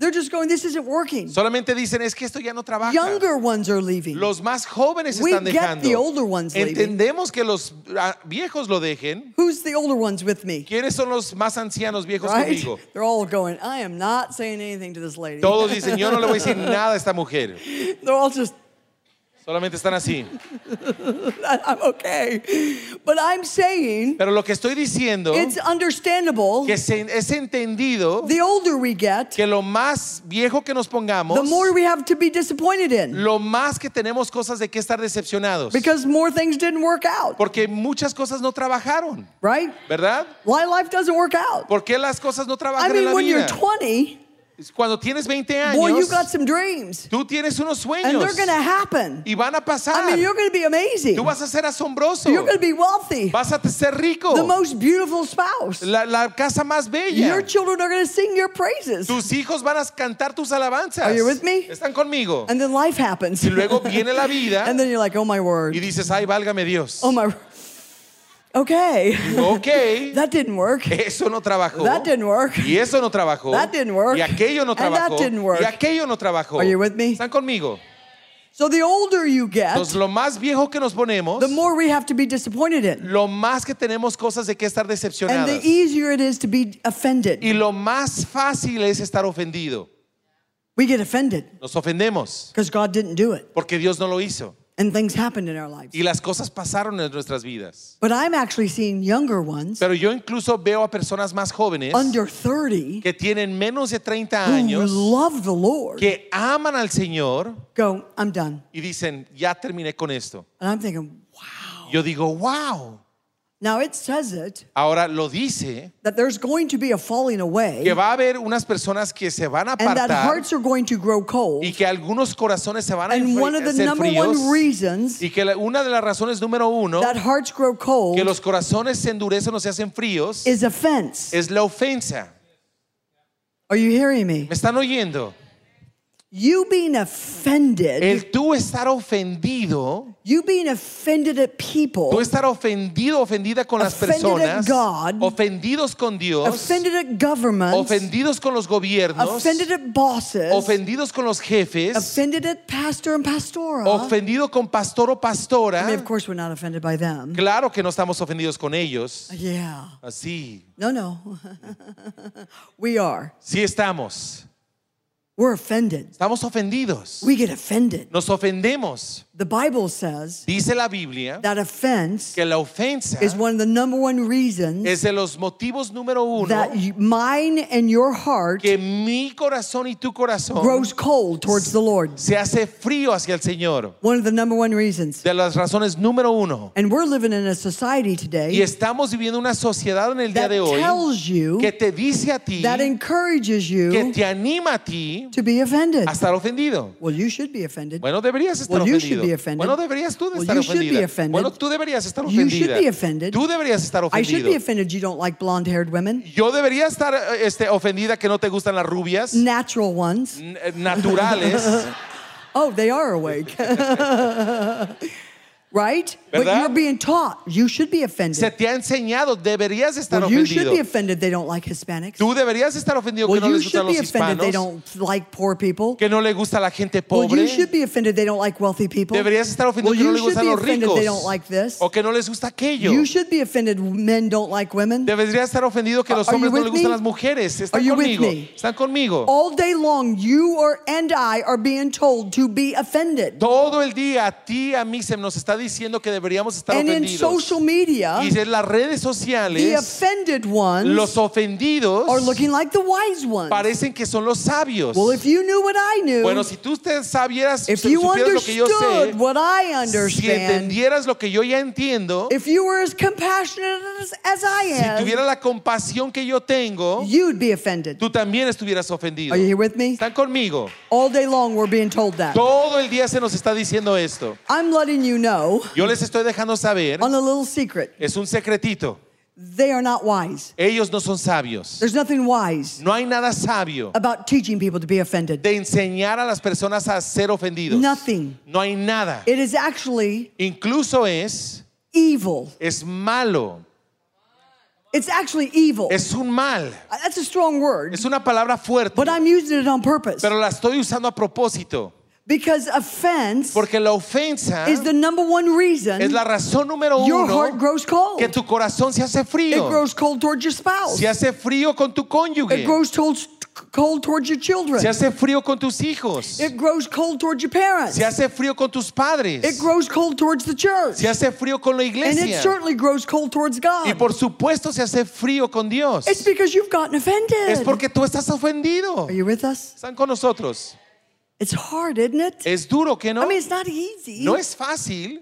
S2: They're just going, this isn't working.
S3: Solamente dicen, es que esto ya no trabaja.
S2: Younger ones are leaving.
S3: Los más jóvenes
S2: We
S3: están
S2: get
S3: dejando.
S2: the older ones leaving.
S3: Entendemos que los ah, viejos lo dejen.
S2: Who's the older ones with me?
S3: ¿Quiénes son los más ancianos viejos
S2: Right?
S3: conmigo?
S2: They're all going, I am not saying anything to this lady.
S3: Todos dicen, yo no le voy a decir nada a esta mujer.
S2: They're all just,
S3: Solamente están así.
S2: I'm okay. But I'm saying
S3: Pero lo que estoy diciendo
S2: it's understandable.
S3: que se- es entendido
S2: The older we get,
S3: que lo más viejo que nos pongamos,
S2: the more we have to be disappointed in
S3: lo más que tenemos cosas de que estar decepcionados.
S2: because more things didn't work out,
S3: Porque muchas cosas no trabajaron,
S2: right?
S3: ¿verdad?
S2: Why life doesn't work out.
S3: ¿Por qué las cosas no
S2: I
S3: trabajan en
S2: mean,
S3: la
S2: when you're
S3: vida?
S2: 20,
S3: Cuando tienes 20 años,
S2: boy, you got some dreams
S3: tú tienes unos
S2: and
S3: sueños
S2: they're going to happen.
S3: y van a pasar.
S2: I mean, you're going to be amazing.
S3: tú vas a ser asombroso,
S2: You're going to be wealthy.
S3: vas a ser rico,
S2: The most beautiful spouse.
S3: la, la casa más bella.
S2: Your children are going to sing your praises.
S3: Tus hijos van a cantar tus alabanzas.
S2: Are you with me?
S3: Están conmigo.
S2: And then life happens.
S3: y luego viene la vida
S2: and then you're like, oh my
S3: y
S2: word.
S3: dices, ay, válgame Dios.
S2: Oh my. Okay.
S3: ok,
S2: That didn't work.
S3: eso no trabajó.
S2: That didn't work.
S3: Y eso no trabajó.
S2: That didn't work.
S3: Y aquello no
S2: And that
S3: trabajó.
S2: didn't work.
S3: Y aquello no trabajó.
S2: Are you with me?
S3: ¿Están conmigo?
S2: So the older you
S3: Entonces,
S2: get,
S3: lo más viejo que nos ponemos,
S2: the more we have to be disappointed in.
S3: lo más que tenemos cosas de que estar
S2: And the e
S3: decepcionadas.
S2: easier it is to be offended.
S3: Y lo más fácil es estar ofendido.
S2: We get offended
S3: Nos ofendemos
S2: because God didn't do it.
S3: porque Dios no lo hizo.
S2: and things happened in our lives.
S3: y las cosas pasaron en nuestras vidas.
S2: But I'm actually seeing younger ones
S3: Pero yo incluso veo a personas más jóvenes
S2: under 30
S3: que tienen menos de 30
S2: who
S3: años,
S2: love the Lord
S3: que aman al Señor
S2: go, I'm done.
S3: y dicen, ya terminé con esto.
S2: And I'm thinking, wow.
S3: Yo digo, wow.
S2: Now it says it
S3: Ahora lo dice
S2: that there's going to be a falling
S3: que
S2: away
S3: va a haber unas personas que se van a
S2: and that
S3: apartar
S2: hearts are going to grow cold.
S3: y que algunos corazones se van a
S2: And
S3: enfri-
S2: one of the
S3: hacer
S2: number one
S3: fríos
S2: reasons
S3: y que la- una de las razones número uno
S2: that hearts grow
S3: que
S2: cold
S3: los corazones se endurecen o se hacen fríos
S2: is offense.
S3: es la ofensa.
S2: Are you hearing me?
S3: ¿Me están oyendo?
S2: You being offended,
S3: El tú estar ofendido,
S2: you being offended at
S3: tú
S2: people,
S3: estar ofendido, ofendida con las
S2: Oh. Offended at
S3: personas,
S2: God.
S3: ofendidos con Dios,
S2: offended at governments,
S3: ofendidos con los gobiernos,
S2: offended at bosses,
S3: ofendidos con los jefes,
S2: offended at pastor and pastora.
S3: ofendido con pastor o pastora.
S2: I mean, of course, we're not offended by them.
S3: Claro que no estamos ofendidos con ellos.
S2: Yeah.
S3: Así,
S2: No, no. we are.
S3: sí estamos.
S2: We're offended.
S3: Estamos ofendidos.
S2: We get offended.
S3: Nos ofendemos.
S2: The Bible says
S3: Dice la Biblia
S2: that offense
S3: que la ofensa
S2: is one of the number one reasons
S3: es de los motivos número uno
S2: that you- mine and your heart
S3: que mi corazón y tu corazón
S2: grows cold towards the Lord.
S3: se hace frío hacia el Señor.
S2: One of the number one reasons.
S3: De las razones número uno.
S2: And we're living in a society
S3: Y
S2: today
S3: estamos viviendo una sociedad en el día
S2: that
S3: de hoy
S2: tells you,
S3: que te dice a ti,
S2: that encourages
S3: que
S2: you
S3: te anima a ti
S2: to be offended.
S3: a estar ofendido.
S2: Well, you should be offended.
S3: Bueno, deberías estar
S2: Well, you should
S3: ofendido.
S2: be offended.
S3: Bueno, deberías tú de
S2: Well,
S3: estar
S2: you should be
S3: ofendida.
S2: offended.
S3: Bueno, tú deberías estar
S2: You should
S3: ofendida.
S2: be offended.
S3: Tú deberías estar
S2: I should be
S3: ofendido.
S2: offended you don't like blonde haired women,
S3: Yo debería estar eh, este, ofendida que no te gustan las rubias
S2: natural ones.
S3: n- eh, naturales,
S2: Oh, they are awake. right? But
S3: ¿Verdad?
S2: you're being taught you should be
S3: se
S2: offended.
S3: te ha enseñado, deberías estar
S2: Well, you should
S3: ofendido.
S2: be offended they don't like Hispanics.
S3: Tú deberías estar ofendido
S2: Well,
S3: que no
S2: you
S3: les gustan
S2: should be
S3: los
S2: offended they
S3: hispanos,
S2: don't like poor people.
S3: que no le gusta la gente
S2: Well,
S3: pobre.
S2: you should be offended they don't like wealthy people.
S3: Deberías estar ofendido
S2: Well,
S3: que no
S2: you
S3: le
S2: should
S3: gustan
S2: be
S3: los
S2: offended
S3: ricos
S2: they don't like this.
S3: o que no les gusta aquello.
S2: You should be offended men don't like women.
S3: Deberías estar ofendido que
S2: Are-
S3: los
S2: are you
S3: hombres no
S2: with
S3: les
S2: me?
S3: gustan las mujeres.
S2: Are
S3: Están
S2: you with
S3: conmigo.
S2: me? Oh.
S3: Están conmigo.
S2: All day long, you or and I are being told to be offended.
S3: Todo el día a ti, a mí, se nos está diciendo que deberíamos estar
S2: And in
S3: ofendidos.
S2: social media,
S3: Y en las redes
S2: Ah. the
S3: sociales,
S2: offended ones
S3: los ofendidos
S2: are looking like the wise ones.
S3: parecen que son los sabios.
S2: Well, if you knew what I knew,
S3: Bueno, si tú te sabieras,
S2: if
S3: si
S2: you
S3: supieras lo que yo
S2: understood
S3: sé,
S2: what I
S3: si
S2: understand,
S3: entendieras lo que yo ya entiendo,
S2: if you were as compassionate as, as I
S3: si
S2: am,
S3: tuvieras la compasión que yo tengo,
S2: you'd be offended.
S3: tú también estuvieras ofendido.
S2: Are you here with me?
S3: Están conmigo.
S2: All day long, we're being told that.
S3: Todo el día se nos está diciendo esto.
S2: I'm letting you know
S3: Yo les estoy dejando saber,
S2: on a little secret.
S3: es un secretito.
S2: They are not wise.
S3: Ellos no son sabios.
S2: There's nothing wise
S3: No hay nada sabio
S2: about teaching people to be offended.
S3: de enseñar a las personas a ser ofendidos.
S2: Nothing.
S3: No hay nada.
S2: It is actually
S3: Incluso es
S2: evil.
S3: es malo.
S2: It's actually evil.
S3: Es un mal.
S2: Uh, That's a strong word,
S3: Es una palabra fuerte,
S2: but I'm using it on purpose
S3: pero la estoy usando a propósito,
S2: because offense
S3: porque la ofensa
S2: is the number one reason
S3: es la razón número
S2: your heart
S3: uno
S2: grows cold.
S3: que
S2: It
S3: tu corazón se hace frío.
S2: grows cold towards your spouse.
S3: Se hace frío con tu
S2: It
S3: cónyuge.
S2: grows cold, cold towards your children.
S3: Se hace frío con tus hijos.
S2: It grows cold towards your parents.
S3: Se hace frío con tus
S2: It
S3: padres.
S2: grows cold towards the church.
S3: Se hace frío con la
S2: And it
S3: iglesia.
S2: certainly grows cold towards
S3: Y
S2: God.
S3: por supuesto se hace frío con Dios.
S2: It's because you've gotten
S3: Es
S2: offended.
S3: porque tú estás ofendido.
S2: Are you with us?
S3: Están con nosotros.
S2: It's hard, isn't it?
S3: Es duro que Eh, no.
S2: I mean, it's not easy.
S3: No es fácil.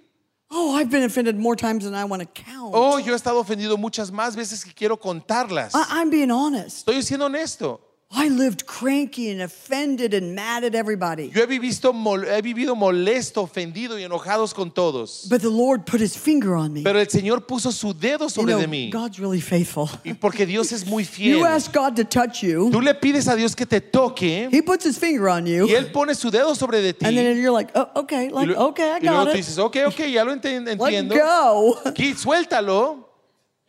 S2: Oh, I've been offended more times than I want to count.
S3: Oh, yo he estado ofendido muchas más veces que quiero contarlas.
S2: I, am being honest.
S3: Estoy siendo honesto.
S2: I lived cranky and offended and mad at everybody.
S3: Yo he vivido, mol- he vivido molesto, ofendido y enojados con todos.
S2: But the Lord put his finger on me.
S3: Pero el Señor puso su dedo
S2: You
S3: sobre de
S2: know,
S3: mí.
S2: God's really faithful.
S3: Y porque Dios es muy fiel.
S2: You ask God to touch you,
S3: Tú le pides a Dios que te toque
S2: he puts his finger on you,
S3: y Él pone su dedo sobre de ti.
S2: and
S3: Y
S2: then you're like, oh, okay, like,
S3: lu-
S2: okay, I
S3: y luego
S2: got
S3: tú
S2: it.
S3: dices, ok, ok, ya lo enten-
S2: Let
S3: entiendo.
S2: go.
S3: Aquí, suéltalo.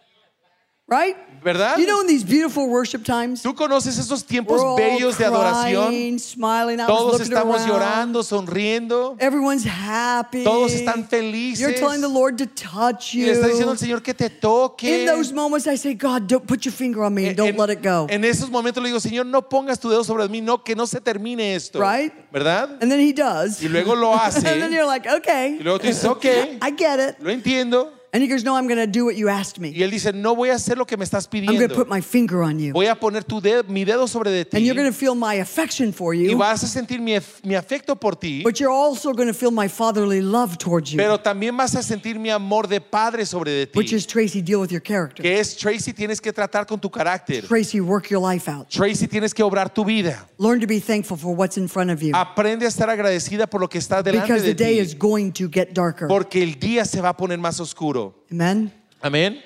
S2: right?
S3: ¿Verdad?
S2: You know, in these beautiful worship times,
S3: Tú conoces esos tiempos
S2: we're all
S3: bellos de adoración.
S2: crying, smiling. I was
S3: Todos
S2: looking
S3: estamos
S2: around.
S3: llorando, sonriendo.
S2: Everyone's happy.
S3: Todos están
S2: You're
S3: felices.
S2: telling the Lord to touch
S3: Y
S2: you.
S3: le está diciendo al Señor que te toque.
S2: In those moments, I say, God, don't put your finger on me. and
S3: En-
S2: don't
S3: E- en-
S2: let it go.
S3: En esos momentos le digo, Señor, no pongas tu dedo sobre mí, no, que no se termine esto.
S2: Right?
S3: ¿Verdad?
S2: and then He does.
S3: Y luego lo hace.
S2: and then you're like, okay.
S3: Y luego tú dices, ok,
S2: I get it.
S3: lo entiendo.
S2: And he goes, No, I'm going to do what you asked
S3: Y
S2: me.
S3: él dice, no voy a hacer lo que me estás
S2: I'm going to put
S3: pidiendo.
S2: my finger on you.
S3: Voy a poner tu dedo, mi dedo sobre de
S2: And
S3: ti.
S2: you're going to feel my affection for
S3: Y
S2: you,
S3: vas a sentir mi, af- mi afecto por ti,
S2: but you're also going to feel my fatherly love towards you,
S3: pero también vas a sentir mi amor de padre sobre de
S2: which
S3: ti.
S2: is Tracy, deal with your character.
S3: Que es, Tracy, tienes que tratar con tu carácter.
S2: Tracy, work your life out.
S3: Tracy, tienes que obrar tu vida.
S2: Learn to be thankful for what's in front of you
S3: Aprende a estar agradecida por lo que está delante
S2: because the
S3: de
S2: day is
S3: ti.
S2: going to get darker.
S3: Porque el día se va a poner más oscuro.
S2: Amen.
S3: Amén.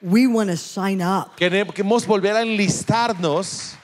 S2: We want to sign up.
S3: Queremos volver a enlistarnos.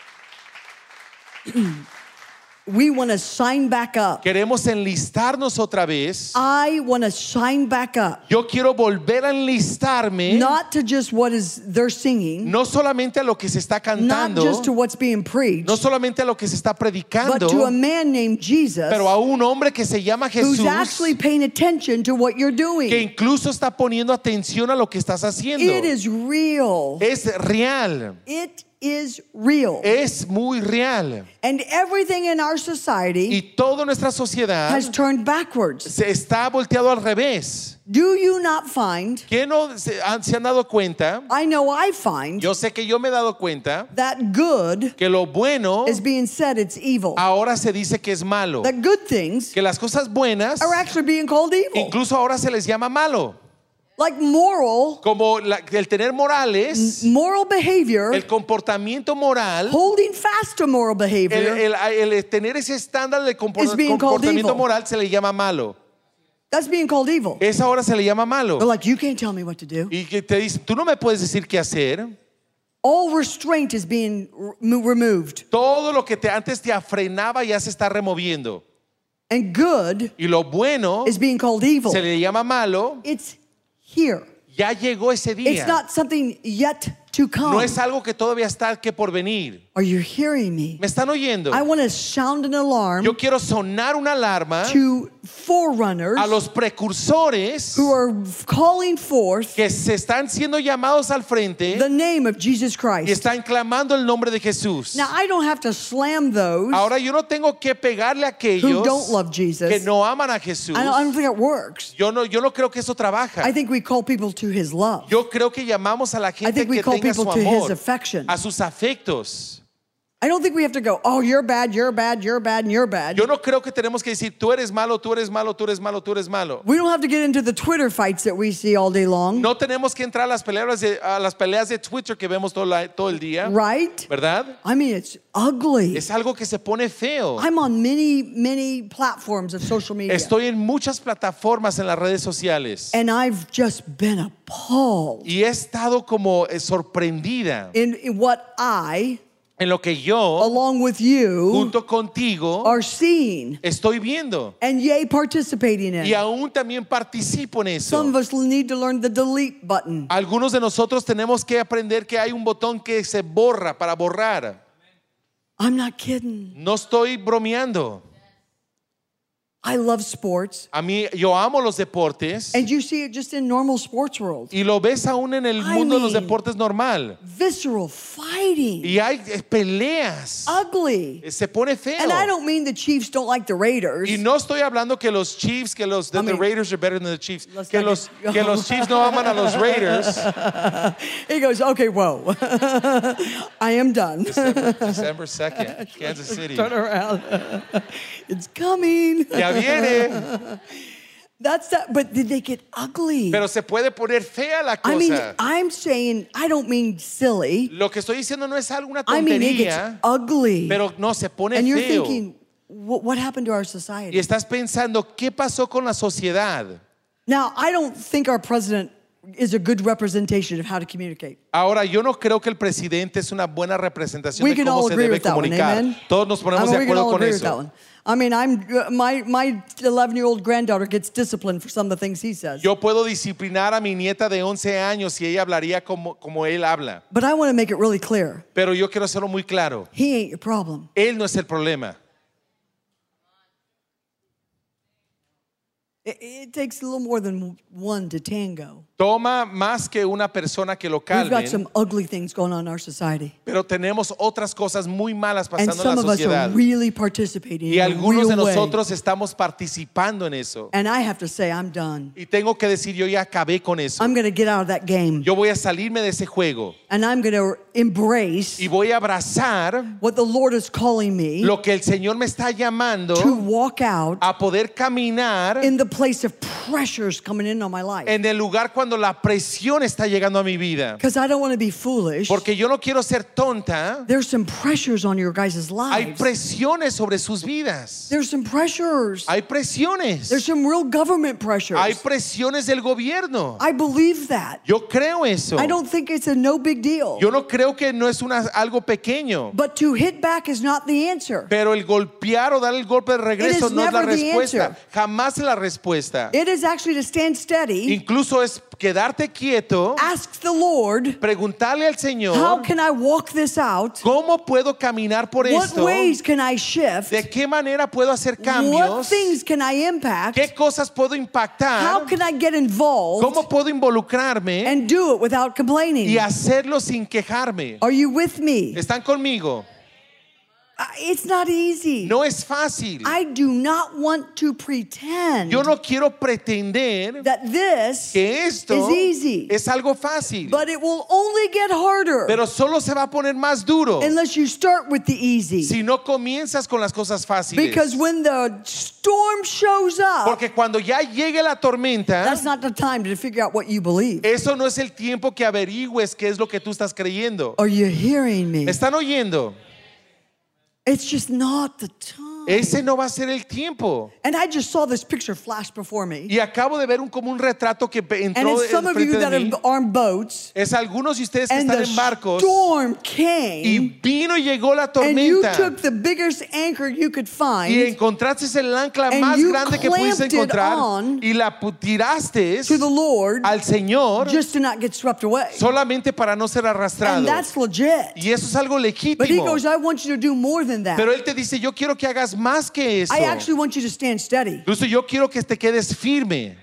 S2: We want to sign back up.
S3: Queremos enlistarnos otra vez.
S2: I want to sign back up,
S3: Yo quiero volver a enlistarme.
S2: not to just what is they're singing,
S3: No solamente a lo que se está
S2: not
S3: cantando.
S2: just to what's being preached,
S3: No solamente a lo que se está
S2: but to a
S3: predicando.
S2: man named Jesus
S3: Pero a un hombre que se llama
S2: who's
S3: Jesús.
S2: actually paying attention to what you're
S3: Que
S2: doing.
S3: incluso está poniendo atención a lo que estás haciendo.
S2: It is real.
S3: Es real.
S2: It is real.
S3: Es muy real.
S2: And everything in our society
S3: Y toda nuestra sociedad
S2: has turned backwards.
S3: se está volteado al revés.
S2: Do you not find,
S3: ¿Qué no se han, se han dado cuenta?
S2: I know I find,
S3: Yo sé que yo me he dado cuenta
S2: that good
S3: que lo bueno
S2: is being said it's evil.
S3: ahora se dice que es malo.
S2: That good things
S3: Que las cosas buenas
S2: are actually being called evil.
S3: incluso ahora se les llama malo.
S2: Like moral,
S3: Como la- el tener morales,
S2: moral behavior,
S3: el comportamiento moral,
S2: holding fast to moral
S3: el,
S2: behavior,
S3: el- el tener ese estándar de compor-
S2: It's being called
S3: comportamiento
S2: evil.
S3: moral se le llama malo.
S2: that's being called evil.
S3: Es ahora se le llama
S2: They're
S3: malo.
S2: like, you can't tell me what to do.
S3: Y que te dicen, tú no me puedes decir qué hacer.
S2: All restraint is being r- mo- removed.
S3: Todo lo que te, antes te afrenaba ya se está removiendo.
S2: And good
S3: Y lo bueno
S2: is being called evil.
S3: se le llama malo.
S2: It's here.
S3: Ya llegó ese
S2: It's
S3: día.
S2: not something yet to come.
S3: No es algo que todavía está que por venir.
S2: Are you hearing me?
S3: ¿Me están oyendo?
S2: I want to sound an alarm
S3: Yo quiero sonar una alarma
S2: to forerunners
S3: a los precursores
S2: who are f- calling forth
S3: que se están siendo llamados al
S2: the
S3: frente
S2: name of Jesus
S3: y
S2: Christ.
S3: están clamando el nombre de Jesús.
S2: Now, I don't have to slam those. I
S3: Ahora yo no tengo que pegarle a aquellos
S2: Who don't love Jesus.
S3: que no aman a Jesús.
S2: don't, I don't think it works.
S3: Yo no, yo no creo que eso trabaja.
S2: I think we call people to his love.
S3: Yo creo que llamamos a la gente
S2: think we
S3: que
S2: call
S3: tenga su
S2: people to his
S3: amor,
S2: affection.
S3: a sus afectos.
S2: I don't think we have to go, oh, you're bad, you're bad, you're bad, and you're bad.
S3: Yo no creo que tenemos que decir, tú eres malo, tú eres malo, tú eres malo, tú eres malo.
S2: We don't have to get into the Twitter fights that we see all day long,
S3: No tenemos que entrar a las peleas de, a las peleas de Twitter que vemos todo, la- todo el día,
S2: right?
S3: ¿verdad?
S2: I mean, it's ugly.
S3: Es algo que se pone feo.
S2: I'm on many, many platforms of social media.
S3: Estoy en muchas plataformas en las redes sociales
S2: and I've just been appalled
S3: y he estado como eh, sorprendida
S2: in, in what I,
S3: en lo que yo,
S2: along with you,
S3: junto contigo,
S2: are seeing
S3: estoy viendo.
S2: and yay, participating
S3: Y
S2: in.
S3: aún también participo en
S2: Some
S3: eso.
S2: of us need to learn the delete button.
S3: Algunos de nosotros tenemos que aprender que hay un botón que se borra para borrar.
S2: I'm not kidding.
S3: No estoy bromeando.
S2: I love sports.
S3: A mí, yo amo los deportes
S2: And you see it just in normal sports world.
S3: y lo ves aún en el
S2: I
S3: mundo de los
S2: mean-
S3: deportes normal.
S2: Visceral fighting.
S3: Y hay eh, peleas.
S2: Ugly.
S3: Eh, Se pone feo.
S2: And I don't mean the Chiefs don't like the Raiders.
S3: Y no estoy hablando que los Chiefs, que los that
S2: I
S3: the
S2: mean-
S3: Raiders are better than the Chiefs,
S2: Let's
S3: que
S2: not
S3: los,
S2: get-
S3: que los Chiefs no aman a los Raiders.
S2: He goes, okay, whoa. I am done.
S3: December 2nd, Kansas City.
S2: Turn around. it's coming.
S3: Ya viene,
S2: That's that. But did they get ugly?
S3: pero se puede poner fea la cosa.
S2: I mean, I'm saying I don't mean silly.
S3: Lo que estoy diciendo no es alguna
S2: I mean it gets
S3: tontería,
S2: ugly.
S3: pero no se pone
S2: and you're
S3: feo.
S2: thinking, "Wh- what happened to our
S3: y
S2: society?
S3: estás pensando qué pasó con la sociedad.
S2: Now, I don't think our president is a good representation of how to communicate.
S3: Ahora, yo no creo que el presidente es una buena representación
S2: We
S3: de
S2: can
S3: cómo
S2: all
S3: se
S2: agree
S3: debe
S2: with that one,
S3: comunicar.
S2: amen?
S3: Todos nos
S2: I
S3: ponemos
S2: mean,
S3: de
S2: we can
S3: acuerdo
S2: all
S3: con
S2: agree with that
S3: eso.
S2: one. I mean, I'm uh, my my 11 year old granddaughter gets disciplined for some of the things he says.
S3: Yo puedo disciplinar a mi nieta de 11 años y ella hablaría como, como él habla.
S2: But I want to make it really clear.
S3: Pero yo quiero hacerlo muy claro.
S2: He ain't your problem.
S3: Él no es el problema.
S2: It, it takes a little more than one to tango.
S3: Toma más que una persona que lo
S2: We've got
S3: calme,
S2: some ugly things going on in our society.
S3: pero tenemos otras cosas muy malas
S2: And
S3: pasando en
S2: some
S3: la
S2: of us are
S3: sociedad.
S2: really participating
S3: Y
S2: in a
S3: algunos
S2: real
S3: de
S2: way.
S3: nosotros estamos participando en eso.
S2: And I have to say, I'm done.
S3: Y tengo que decir, yo ya acabé con eso.
S2: I'm going to get out of that game.
S3: Yo voy a salirme de ese juego
S2: And I'm going to embrace
S3: y voy a abrazar
S2: what the Lord is calling me
S3: lo que el Señor me está llamando
S2: to walk out
S3: a poder caminar
S2: in the place of pressures coming in on my life.
S3: en el lugar cuando la presión está llegando a mi vida.
S2: Because I don't want to be foolish.
S3: Porque yo no quiero ser tonta.
S2: There's some pressures on your guys'
S3: Hay
S2: lives.
S3: presiones sobre sus vidas.
S2: There's some pressures.
S3: Hay presiones.
S2: There's some real government
S3: Hay
S2: pressures.
S3: presiones del gobierno.
S2: I believe that.
S3: Yo creo eso.
S2: I don't think it's a no big deal.
S3: Yo no creo que no es una, algo pequeño.
S2: But to hit back is not the answer.
S3: Pero el golpear o dar el golpe de regreso
S2: is
S3: no es la
S2: never the
S3: respuesta.
S2: answer.
S3: Jamás es la respuesta.
S2: It is actually to stand steady,
S3: Incluso es quedarte quieto,
S2: ask the Lord,
S3: preguntarle al
S2: Ah. how
S3: Señor,
S2: can I walk this out?
S3: ¿cómo puedo caminar por
S2: What
S3: esto?
S2: ways can I shift?
S3: ¿De qué manera puedo hacer
S2: What
S3: cambios?
S2: things can I impact?
S3: ¿Qué cosas puedo
S2: How
S3: impactar?
S2: can I get involved
S3: ¿Cómo puedo involucrarme
S2: and do it without complaining?
S3: y hacerlo sin quejarme?
S2: Are you with me?
S3: ¿Están conmigo?
S2: Uh, It's not easy.
S3: No es fácil.
S2: I do not want to pretend
S3: Yo no quiero pretender
S2: that this,
S3: que esto
S2: It's easy.
S3: es algo fácil,
S2: but it will only get harder
S3: pero solo se va a poner más duro
S2: unless you start with the easy.
S3: si no comienzas con las cosas fáciles.
S2: because when the storm shows up,
S3: Porque cuando ya llegue la tormenta,
S2: that's not the time to figure out what you believe.
S3: eso no es el tiempo que averigües qué es lo que tú estás creyendo.
S2: Are you hearing me?
S3: ¿Me ¿Están oyendo?
S2: It's just not the time.
S3: Ese no va a ser el tiempo.
S2: and I just saw this picture flash before me.
S3: Y acabo de ver un, como un retrato que pe-
S2: and
S3: entró
S2: it's some
S3: en
S2: of you
S3: frente
S2: that
S3: de mí.
S2: have armed boats.
S3: Es algunos de ustedes que
S2: And
S3: están
S2: the
S3: en barcos
S2: storm
S3: y
S2: came.
S3: vino y llegó la
S2: And you
S3: tormenta
S2: took the biggest anchor you could find.
S3: y encontraste el ancla
S2: and
S3: más
S2: you
S3: grande que pudiste
S2: clamped it
S3: encontrar
S2: on
S3: y la pu- tiraste
S2: to the Lord
S3: al Señor
S2: just to not get swept away.
S3: solamente para no ser arrastrado.
S2: and that's legit.
S3: Y eso es algo
S2: But he
S3: legítimo.
S2: goes, I want you to do more than that.
S3: Pero él te dice, yo quiero que hagas más que eso.
S2: I actually want you to stand steady.
S3: Incluso yo quiero que te quedes firme.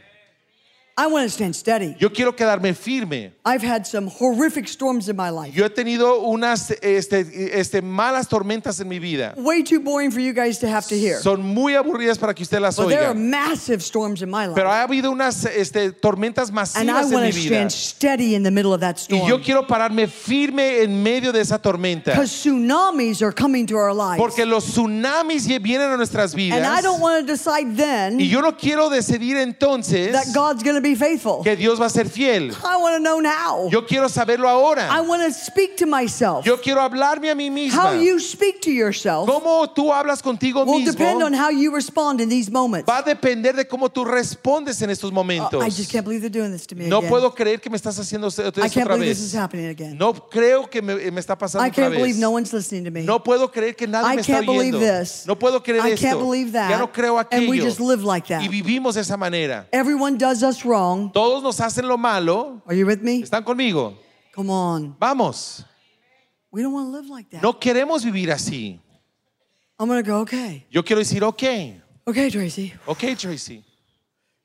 S2: I want to stand steady.
S3: Yo quiero quedarme firme.
S2: I've had some horrific storms in my life.
S3: Yo he tenido unas este, este, malas tormentas en mi vida.
S2: Way too boring for you guys to have to hear.
S3: Son muy aburridas para que usted las
S2: but there
S3: oiga.
S2: are massive storms in my
S3: Pero
S2: life.
S3: ha habido unas este, tormentas
S2: And I
S3: masivas en mi
S2: want to
S3: vida.
S2: stand steady in the middle of that
S3: Y yo
S2: storm.
S3: quiero pararme firme en medio de esa tormenta.
S2: Because tsunamis are coming to our lives.
S3: Porque los tsunamis ye- vienen a nuestras
S2: and I
S3: vidas.
S2: don't want to decide then
S3: Y yo no quiero decidir entonces
S2: that God's going to be faithful.
S3: que Dios va a ser fiel.
S2: I want to know now.
S3: Yo quiero saberlo
S2: I
S3: ahora.
S2: want to speak to myself.
S3: Yo quiero hablarme a mí
S2: How
S3: misma.
S2: you speak to yourself
S3: Cómo tú hablas contigo
S2: will
S3: mismo
S2: depend on how you respond in these moments.
S3: va a depender de cómo tú respondes en estos momentos.
S2: Oh, I just can't believe they're doing this to me
S3: No
S2: again.
S3: puedo creer que me estás haciendo esto
S2: I can't
S3: otra
S2: believe this is
S3: vez.
S2: happening again.
S3: No creo que me, me está pasando
S2: I
S3: otra
S2: can't
S3: vez.
S2: believe no one's listening to me.
S3: No puedo creer que nadie
S2: I
S3: me está
S2: can't believe
S3: oyendo.
S2: this.
S3: No puedo creer
S2: I
S3: esto.
S2: can't believe that.
S3: Ya no creo
S2: And we
S3: aquello.
S2: just live like that.
S3: Y vivimos de esa manera.
S2: Everyone does us wrong.
S3: Todos nos hacen lo malo.
S2: Are you with me?
S3: ¿Están conmigo?
S2: Come on.
S3: Vamos.
S2: We don't want to live like that.
S3: No queremos vivir así.
S2: I'm going to go, okay.
S3: Yo quiero decir, ok,
S2: Okay, Tracy,
S3: ok, Tracy,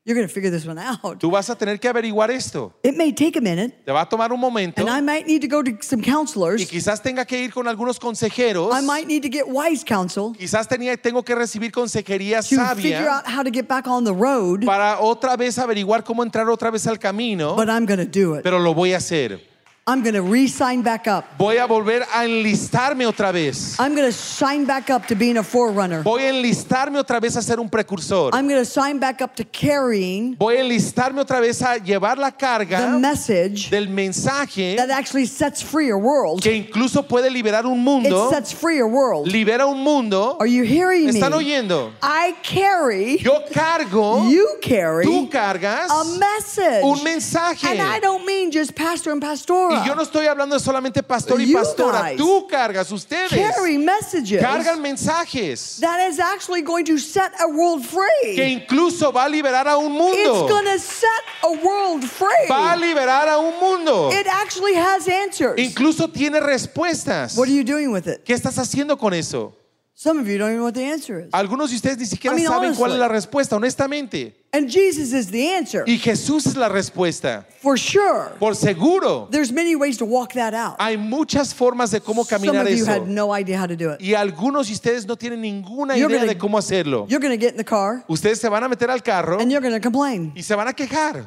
S2: you're going to figure this one out.
S3: tú vas a tener que averiguar esto.
S2: It may take a minute,
S3: Te va a tomar un momento
S2: and I might need to go to some
S3: y
S2: counselors.
S3: quizás tenga que ir con algunos consejeros.
S2: I might need to get wise counsel
S3: Quizás tenía, tengo que recibir consejería
S2: to figure
S3: sabia
S2: out how to get back on the road,
S3: para otra vez averiguar cómo entrar otra vez al camino,
S2: but I'm going to do it.
S3: pero lo voy a hacer.
S2: I'm going to re sign back up.
S3: Voy a volver a enlistarme otra vez.
S2: I'm going to sign back up to being a forerunner.
S3: Voy a enlistarme otra vez a ser un precursor.
S2: I'm going to sign back up to carrying
S3: Voy a enlistarme otra vez a llevar la
S2: the
S3: carga
S2: message
S3: del mensaje
S2: that actually sets free a world.
S3: que incluso puede liberar un
S2: It
S3: mundo.
S2: sets free a world.
S3: Libera un mundo.
S2: Are you hearing
S3: ¿Me ¿Están
S2: me?
S3: oyendo?
S2: I carry,
S3: Yo cargo,
S2: you carry
S3: tú cargas
S2: a message.
S3: un mensaje.
S2: And I don't mean just pastor and pastora.
S3: Y yo no estoy hablando de solamente pastor y
S2: You
S3: pastora.
S2: guys
S3: Tú cargas, ustedes
S2: carry messages
S3: cargan mensajes
S2: that is actually going to set a world free.
S3: que incluso va a liberar a un mundo.
S2: It's going to set a world free.
S3: Va a liberar a un mundo.
S2: It actually has answers.
S3: Incluso tiene respuestas.
S2: what are you doing with it?
S3: ¿Qué estás haciendo con eso?
S2: Some of you don't even know what the answer is.
S3: Algunos de ustedes ni siquiera
S2: I mean,
S3: saben cuál es
S2: honestly.
S3: la respuesta, honestamente.
S2: And Jesus is the answer.
S3: Y Jesús es la respuesta.
S2: For sure.
S3: Por seguro,
S2: There's many ways to walk that out.
S3: hay muchas formas de cómo
S2: Some
S3: caminar
S2: of you
S3: eso.
S2: had no idea how to do it.
S3: Y algunos de ustedes no tienen ninguna
S2: You're
S3: idea
S2: gonna-
S3: de cómo hacerlo.
S2: You're going to get in the car
S3: Ustedes se van a meter al carro
S2: and you're going to complain.
S3: y se van a quejar.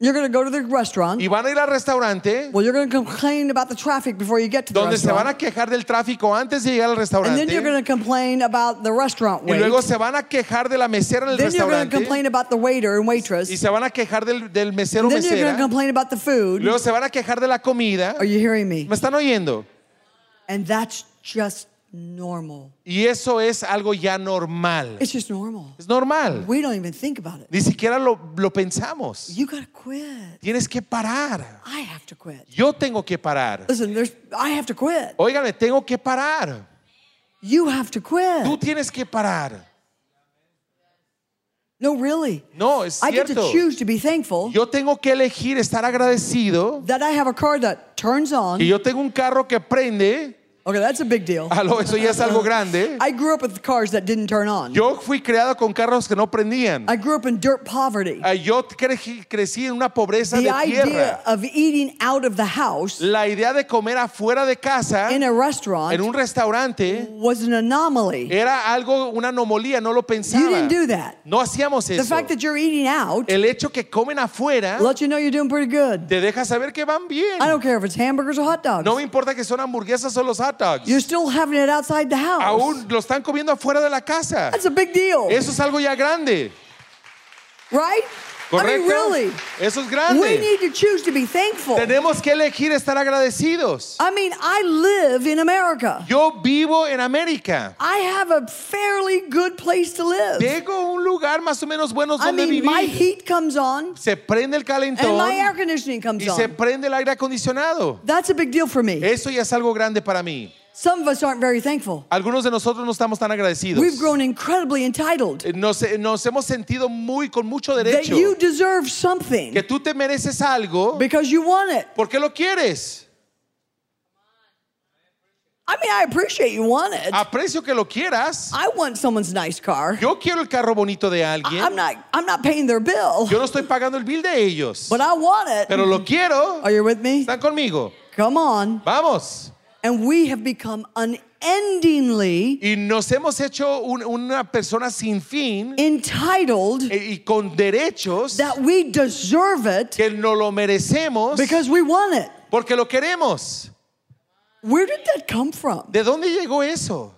S2: You're going to go to the restaurant.
S3: Y van a ir al restaurante
S2: Well, you're going to complain about the traffic before you get to the
S3: donde se van
S2: restaurant.
S3: a quejar del tráfico antes de llegar al
S2: And then you're
S3: restaurante.
S2: going to complain about the restaurant
S3: Y
S2: wait.
S3: luego se van a quejar de la mesera en el
S2: Then you're going to
S3: restaurante.
S2: complain about the waiter and
S3: Y
S2: waitress.
S3: se van a quejar del, del mesero o
S2: Then you're going to
S3: mesera.
S2: complain about the food.
S3: Luego se van a quejar de la comida.
S2: Are you hearing me?
S3: ¿Me están oyendo?
S2: And that's just normal.
S3: Y eso es algo ya normal.
S2: It's just normal.
S3: Es normal.
S2: We don't even think about it.
S3: Ni siquiera lo, lo pensamos.
S2: You got to quit.
S3: Tienes que parar.
S2: I have to quit.
S3: Yo tengo que parar.
S2: Listen, there's I have to quit.
S3: Óigame, tengo que parar.
S2: You have to
S3: Tú
S2: quit.
S3: tienes que parar.
S2: No, really.
S3: No, es
S2: I get to
S3: cierto.
S2: choose to be thankful
S3: Yo tengo que elegir estar agradecido.
S2: that I have a car that turns on.
S3: Y yo tengo un carro que prende.
S2: Okay, that's a big deal.
S3: Aló, eso ya es algo grande.
S2: I grew up with cars that didn't turn on.
S3: Yo fui creado con carros que no prendían.
S2: I grew up in dirt poverty.
S3: Ah, Yo cre- crecí en una pobreza de
S2: The idea
S3: tierra.
S2: of eating out of the house
S3: La idea de comer afuera de casa,
S2: in a
S3: en
S2: restaurant
S3: un restaurante,
S2: was an anomaly.
S3: era algo, una anomalía, no
S2: You
S3: lo pensaba.
S2: didn't do that.
S3: No hacíamos
S2: The
S3: eso.
S2: fact that you're eating out
S3: El hecho que comen afuera
S2: let you know you're doing pretty good.
S3: te deja saber que van bien.
S2: I don't care if it's hamburgers or hot dogs.
S3: No me importa que son hamburguesas o los hot dogs.
S2: You're still having it outside the house.
S3: Aún lo están comiendo afuera de la casa.
S2: That's a big deal,
S3: Eso es algo ya grande.
S2: right? I
S3: ¿Correcto?
S2: mean, really,
S3: Eso es
S2: we
S3: grande.
S2: need to choose to be thankful.
S3: Tenemos que elegir estar agradecidos.
S2: I mean, I live in America.
S3: Yo vivo en América.
S2: I have a fairly good place to live.
S3: Llego a un lugar más o menos bueno
S2: I
S3: donde
S2: mean, my
S3: vivir.
S2: heat comes on
S3: Se prende el
S2: and my air
S3: calentón
S2: conditioning comes
S3: y se
S2: on.
S3: prende el aire acondicionado.
S2: That's a big deal for me.
S3: Eso ya es algo grande para mí.
S2: Some of us aren't very thankful.
S3: Algunos de nosotros no estamos tan agradecidos.
S2: We've grown incredibly entitled
S3: Eh, Nos, eh, nos hemos sentido muy con mucho
S2: that
S3: derecho.
S2: you deserve something
S3: Que tú te mereces algo
S2: because you want it.
S3: porque lo quieres.
S2: I mean, I appreciate you want it.
S3: Aprecio que lo quieras.
S2: I want someone's nice car.
S3: Yo quiero el carro bonito de alguien.
S2: I'm not I'm not paying their bill,
S3: Yo no estoy pagando el bill de ellos.
S2: but I want it.
S3: Pero lo quiero.
S2: Are you with me?
S3: Están conmigo.
S2: Come on.
S3: Vamos.
S2: And we have become unendingly
S3: Y nos hemos hecho un- una persona sin fin
S2: entitled
S3: eh, y con derechos
S2: that we deserve it
S3: que no lo merecemos
S2: because we want it.
S3: porque lo queremos.
S2: Where did that come from?
S3: ¿De dónde llegó eso?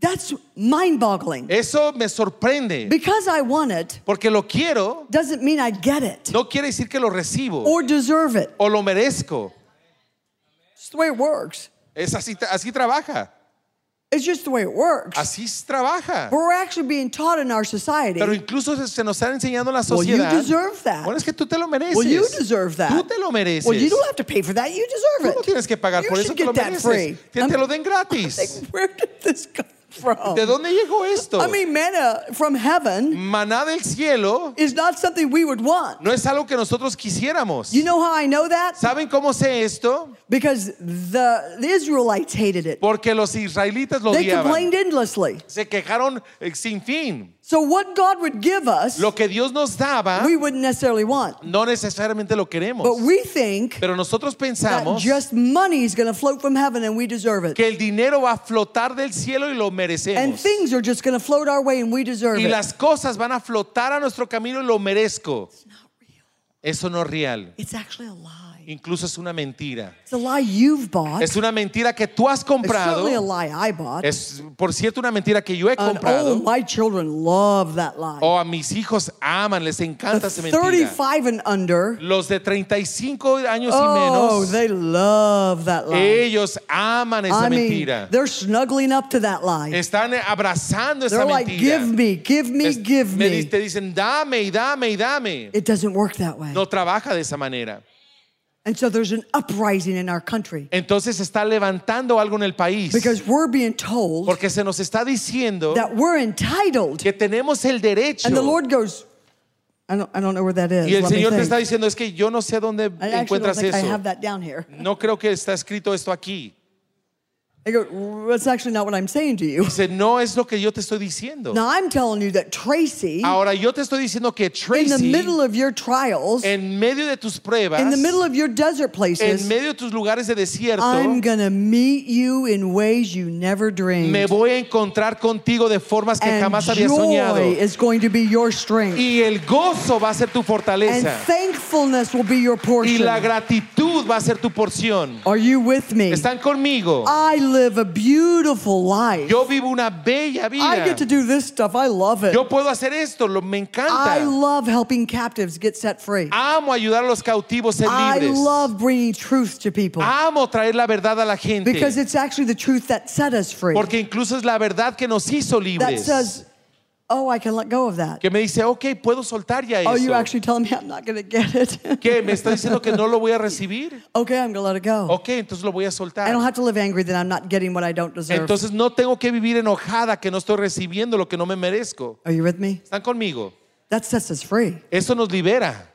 S2: That's mind-boggling.
S3: Eso me sorprende
S2: Because I want it
S3: porque lo quiero
S2: doesn't mean I get it
S3: no quiere decir que lo recibo
S2: or deserve it.
S3: o lo merezco.
S2: It's the way it works.
S3: Es así, así trabaja.
S2: It's just the way it works.
S3: Así trabaja.
S2: But we're actually being taught in our society.
S3: Pero incluso se- se nos está enseñando en la
S2: Well, you
S3: sociedad.
S2: deserve that.
S3: Bueno, es que tú te lo mereces.
S2: Well, you deserve that.
S3: Tú te lo mereces.
S2: Well, you don't have to pay for that. You deserve
S3: Tú
S2: it.
S3: no tienes que pagar
S2: you
S3: por eso,
S2: should
S3: te lo
S2: get that free.
S3: mereces. Que te
S2: I'm
S3: lo den gratis.
S2: like, where did this come from?
S3: ¿De dónde llegó esto?
S2: I mean, manna from heaven
S3: Maná del cielo
S2: is not something we would want.
S3: no es algo que nosotros quisiéramos.
S2: You know how I know that?
S3: ¿Saben cómo sé esto?
S2: Because the, the Israelites hated it.
S3: Porque los israelitas lo
S2: They
S3: odiaban.
S2: complained endlessly.
S3: Se quejaron eh, sin fin.
S2: So what God would give us,
S3: Lo que Dios nos daba,
S2: we wouldn't necessarily want.
S3: no necesariamente lo queremos.
S2: But we think
S3: Pero nosotros
S2: that
S3: pensamos
S2: just money is going to float from heaven and we deserve it.
S3: que el dinero va a flotar del cielo y lo
S2: And
S3: merecemos.
S2: things are just going to float our way and we deserve
S3: Y
S2: it.
S3: las cosas van a flotar a nuestro camino y lo merezco. Eso no es real.
S2: It's actually a lie.
S3: Incluso es una mentira.
S2: It's a lie you've bought.
S3: Es una mentira que tú has
S2: it's certainly a
S3: comprado.
S2: lie I bought.
S3: Es, por cierto, una mentira que yo he
S2: And, oh,
S3: comprado.
S2: my children love that lie.
S3: O a mis hijos aman, les encanta
S2: The
S3: esa mentira.
S2: 35 and under,
S3: Los de 35 años
S2: oh,
S3: y menos,
S2: they love that lie.
S3: ellos aman esa
S2: I mean,
S3: mentira.
S2: they're snuggling up to that lie.
S3: Están abrazando esa
S2: They're like,
S3: mentira.
S2: give me, give me,
S3: Es-
S2: give
S3: me
S2: me.
S3: di- Te dicen, dame y dame y dame.
S2: It doesn't work that way.
S3: No trabaja de esa manera.
S2: And so there's an uprising in our country
S3: Entonces se está levantando algo en el país.
S2: because we're being told
S3: Porque se nos está diciendo
S2: that we're entitled.
S3: que tenemos el derecho.
S2: And the Lord goes, I don't, I don't know where that is.
S3: Y el
S2: Let me
S3: Señor te
S2: think.
S3: está diciendo, es que yo no sé dónde
S2: I actually don't
S3: encuentras
S2: think I have
S3: eso.
S2: that down here.
S3: No creo que está escrito esto aquí.
S2: I go, that's actually not what I'm saying to you.
S3: Dice, no es lo que yo te estoy diciendo.
S2: Now I'm telling you that Tracy,
S3: Ahora yo te estoy diciendo que
S2: in the
S3: Ah, Tracy,
S2: middle of your trials, in
S3: en medio de tus pruebas,
S2: the middle of your desert
S3: en
S2: places,
S3: medio de tus lugares de
S2: I'm
S3: desierto,
S2: going to meet you in ways you never dreamed.
S3: me voy a encontrar contigo de formas que
S2: and
S3: jamás había soñado.
S2: joy is going to be your strength.
S3: Y el gozo va a ser tu
S2: And
S3: fortaleza.
S2: thankfulness will be your
S3: Y la
S2: portion.
S3: gratitud va a ser tu porción.
S2: Are you with me?
S3: Están conmigo.
S2: I live a beautiful life.
S3: Yo vivo una bella
S2: I
S3: vida.
S2: get to do this stuff. I love it.
S3: Yo puedo hacer esto, lo, me
S2: I
S3: encanta.
S2: love helping captives get set free.
S3: Amo ayudar a los cautivos a ser
S2: I
S3: libres.
S2: love bringing truth to people
S3: Amo traer la verdad a la gente.
S2: because it's actually the truth that set us free.
S3: Porque incluso es la verdad que nos hizo
S2: That
S3: libres.
S2: says, oh, I can let go of that.
S3: que me dice, ok, puedo soltar ya
S2: Oh, you
S3: eso.
S2: actually telling me I'm not going to get it?
S3: ¿Qué? ¿Me está diciendo que no lo voy a recibir?
S2: okay, I'm going to let it go.
S3: Ok, entonces lo voy a
S2: I
S3: soltar.
S2: don't have to live angry that I'm not getting what I don't deserve.
S3: Entonces no tengo que vivir enojada que no estoy recibiendo lo que no me merezco.
S2: Are you with me?
S3: ¿Están conmigo?
S2: That sets us free.
S3: Eso nos libera.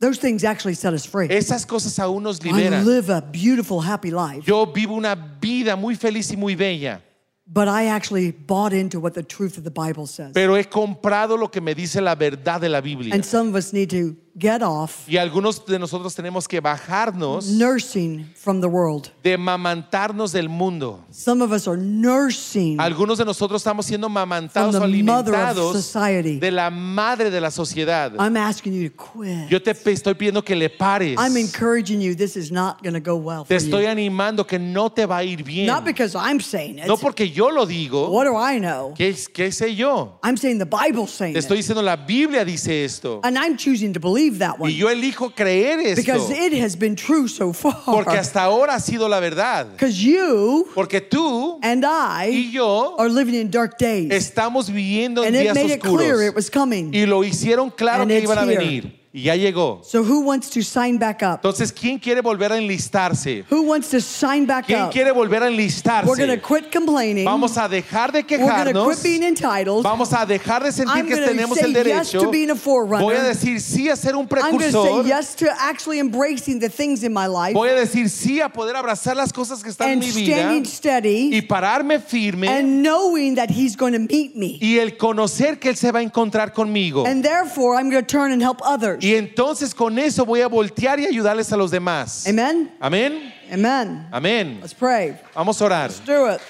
S2: Those things actually set us free.
S3: Esas cosas aún nos
S2: I
S3: liberan.
S2: live a beautiful, happy life,
S3: Yo vivo una vida muy feliz y muy bella,
S2: but I actually bought into what the truth of the Bible says.
S3: pero he comprado lo que me dice la verdad de la Biblia.
S2: And some of us need to get off
S3: Y algunos de nosotros tenemos que bajarnos
S2: Mm. nursing from the world.
S3: de mamantarnos del mundo.
S2: Some of us are nursing
S3: Algunos de nosotros estamos siendo mamantados o
S2: Mm. From the mother of
S3: alimentados
S2: society.
S3: de la madre de la sociedad.
S2: I'm asking you to quit.
S3: Yo te pe- estoy pidiendo que le pares.
S2: I'm encouraging you. This is not going to go well for
S3: Te estoy
S2: you.
S3: animando que no te va a ir bien.
S2: Not because I'm saying it.
S3: No porque yo lo digo.
S2: What do I know?
S3: ¿Qué, qué sé yo?
S2: I'm saying the Bible's saying
S3: Te estoy
S2: it.
S3: diciendo, la Biblia dice esto.
S2: And I'm choosing to believe that
S3: Y
S2: one
S3: yo elijo creer esto.
S2: because it has been true so far.
S3: Porque hasta ahora ha sido la verdad.
S2: Because you
S3: Porque tú
S2: and I
S3: y yo
S2: are living in dark days.
S3: estamos viviendo en
S2: And it
S3: días
S2: made it clear it
S3: oscuros.
S2: was coming.
S3: Y lo hicieron claro
S2: And
S3: que
S2: it's
S3: iban a
S2: here.
S3: venir. Y ya llegó.
S2: So who wants to sign back up?
S3: Entonces, ¿quién quiere volver a enlistarse?
S2: Who wants to sign back
S3: ¿Quién
S2: up?
S3: quiere volver a
S2: We're going to
S3: enlistarse?
S2: quit complaining. We're
S3: Vamos a dejar de
S2: going to
S3: quejarnos.
S2: quit being entitled.
S3: Vamos a dejar de sentir
S2: I'm
S3: que
S2: gonna
S3: tenemos
S2: say
S3: el
S2: yes
S3: derecho.
S2: to being a forerunner.
S3: Voy a decir sí a ser un
S2: I'm going to
S3: precursor.
S2: say yes to actually embracing the things in my life
S3: Voy a decir sí a poder abrazar las cosas que están
S2: and
S3: en mi vida
S2: standing steady
S3: y pararme firme
S2: and knowing that He's going to meet me.
S3: y el conocer que Él se va a encontrar conmigo.
S2: And therefore, I'm going to turn and help others.
S3: Y entonces con eso voy a voltear y ayudarles a los demás.
S2: Amen?
S3: Amén.
S2: Amen.
S3: Amén.
S2: Let's pray.
S3: Vamos a orar.
S2: Let's do it.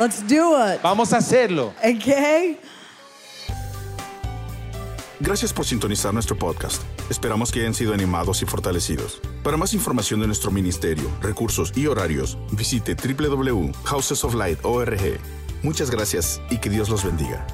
S2: Let's do it.
S3: Vamos a hacerlo.
S2: Okay?
S1: Gracias por sintonizar nuestro podcast. Esperamos que hayan sido animados y fortalecidos. Para más información de nuestro ministerio, recursos y horarios, visite www.housesoflight.org. Muchas gracias y que Dios los bendiga.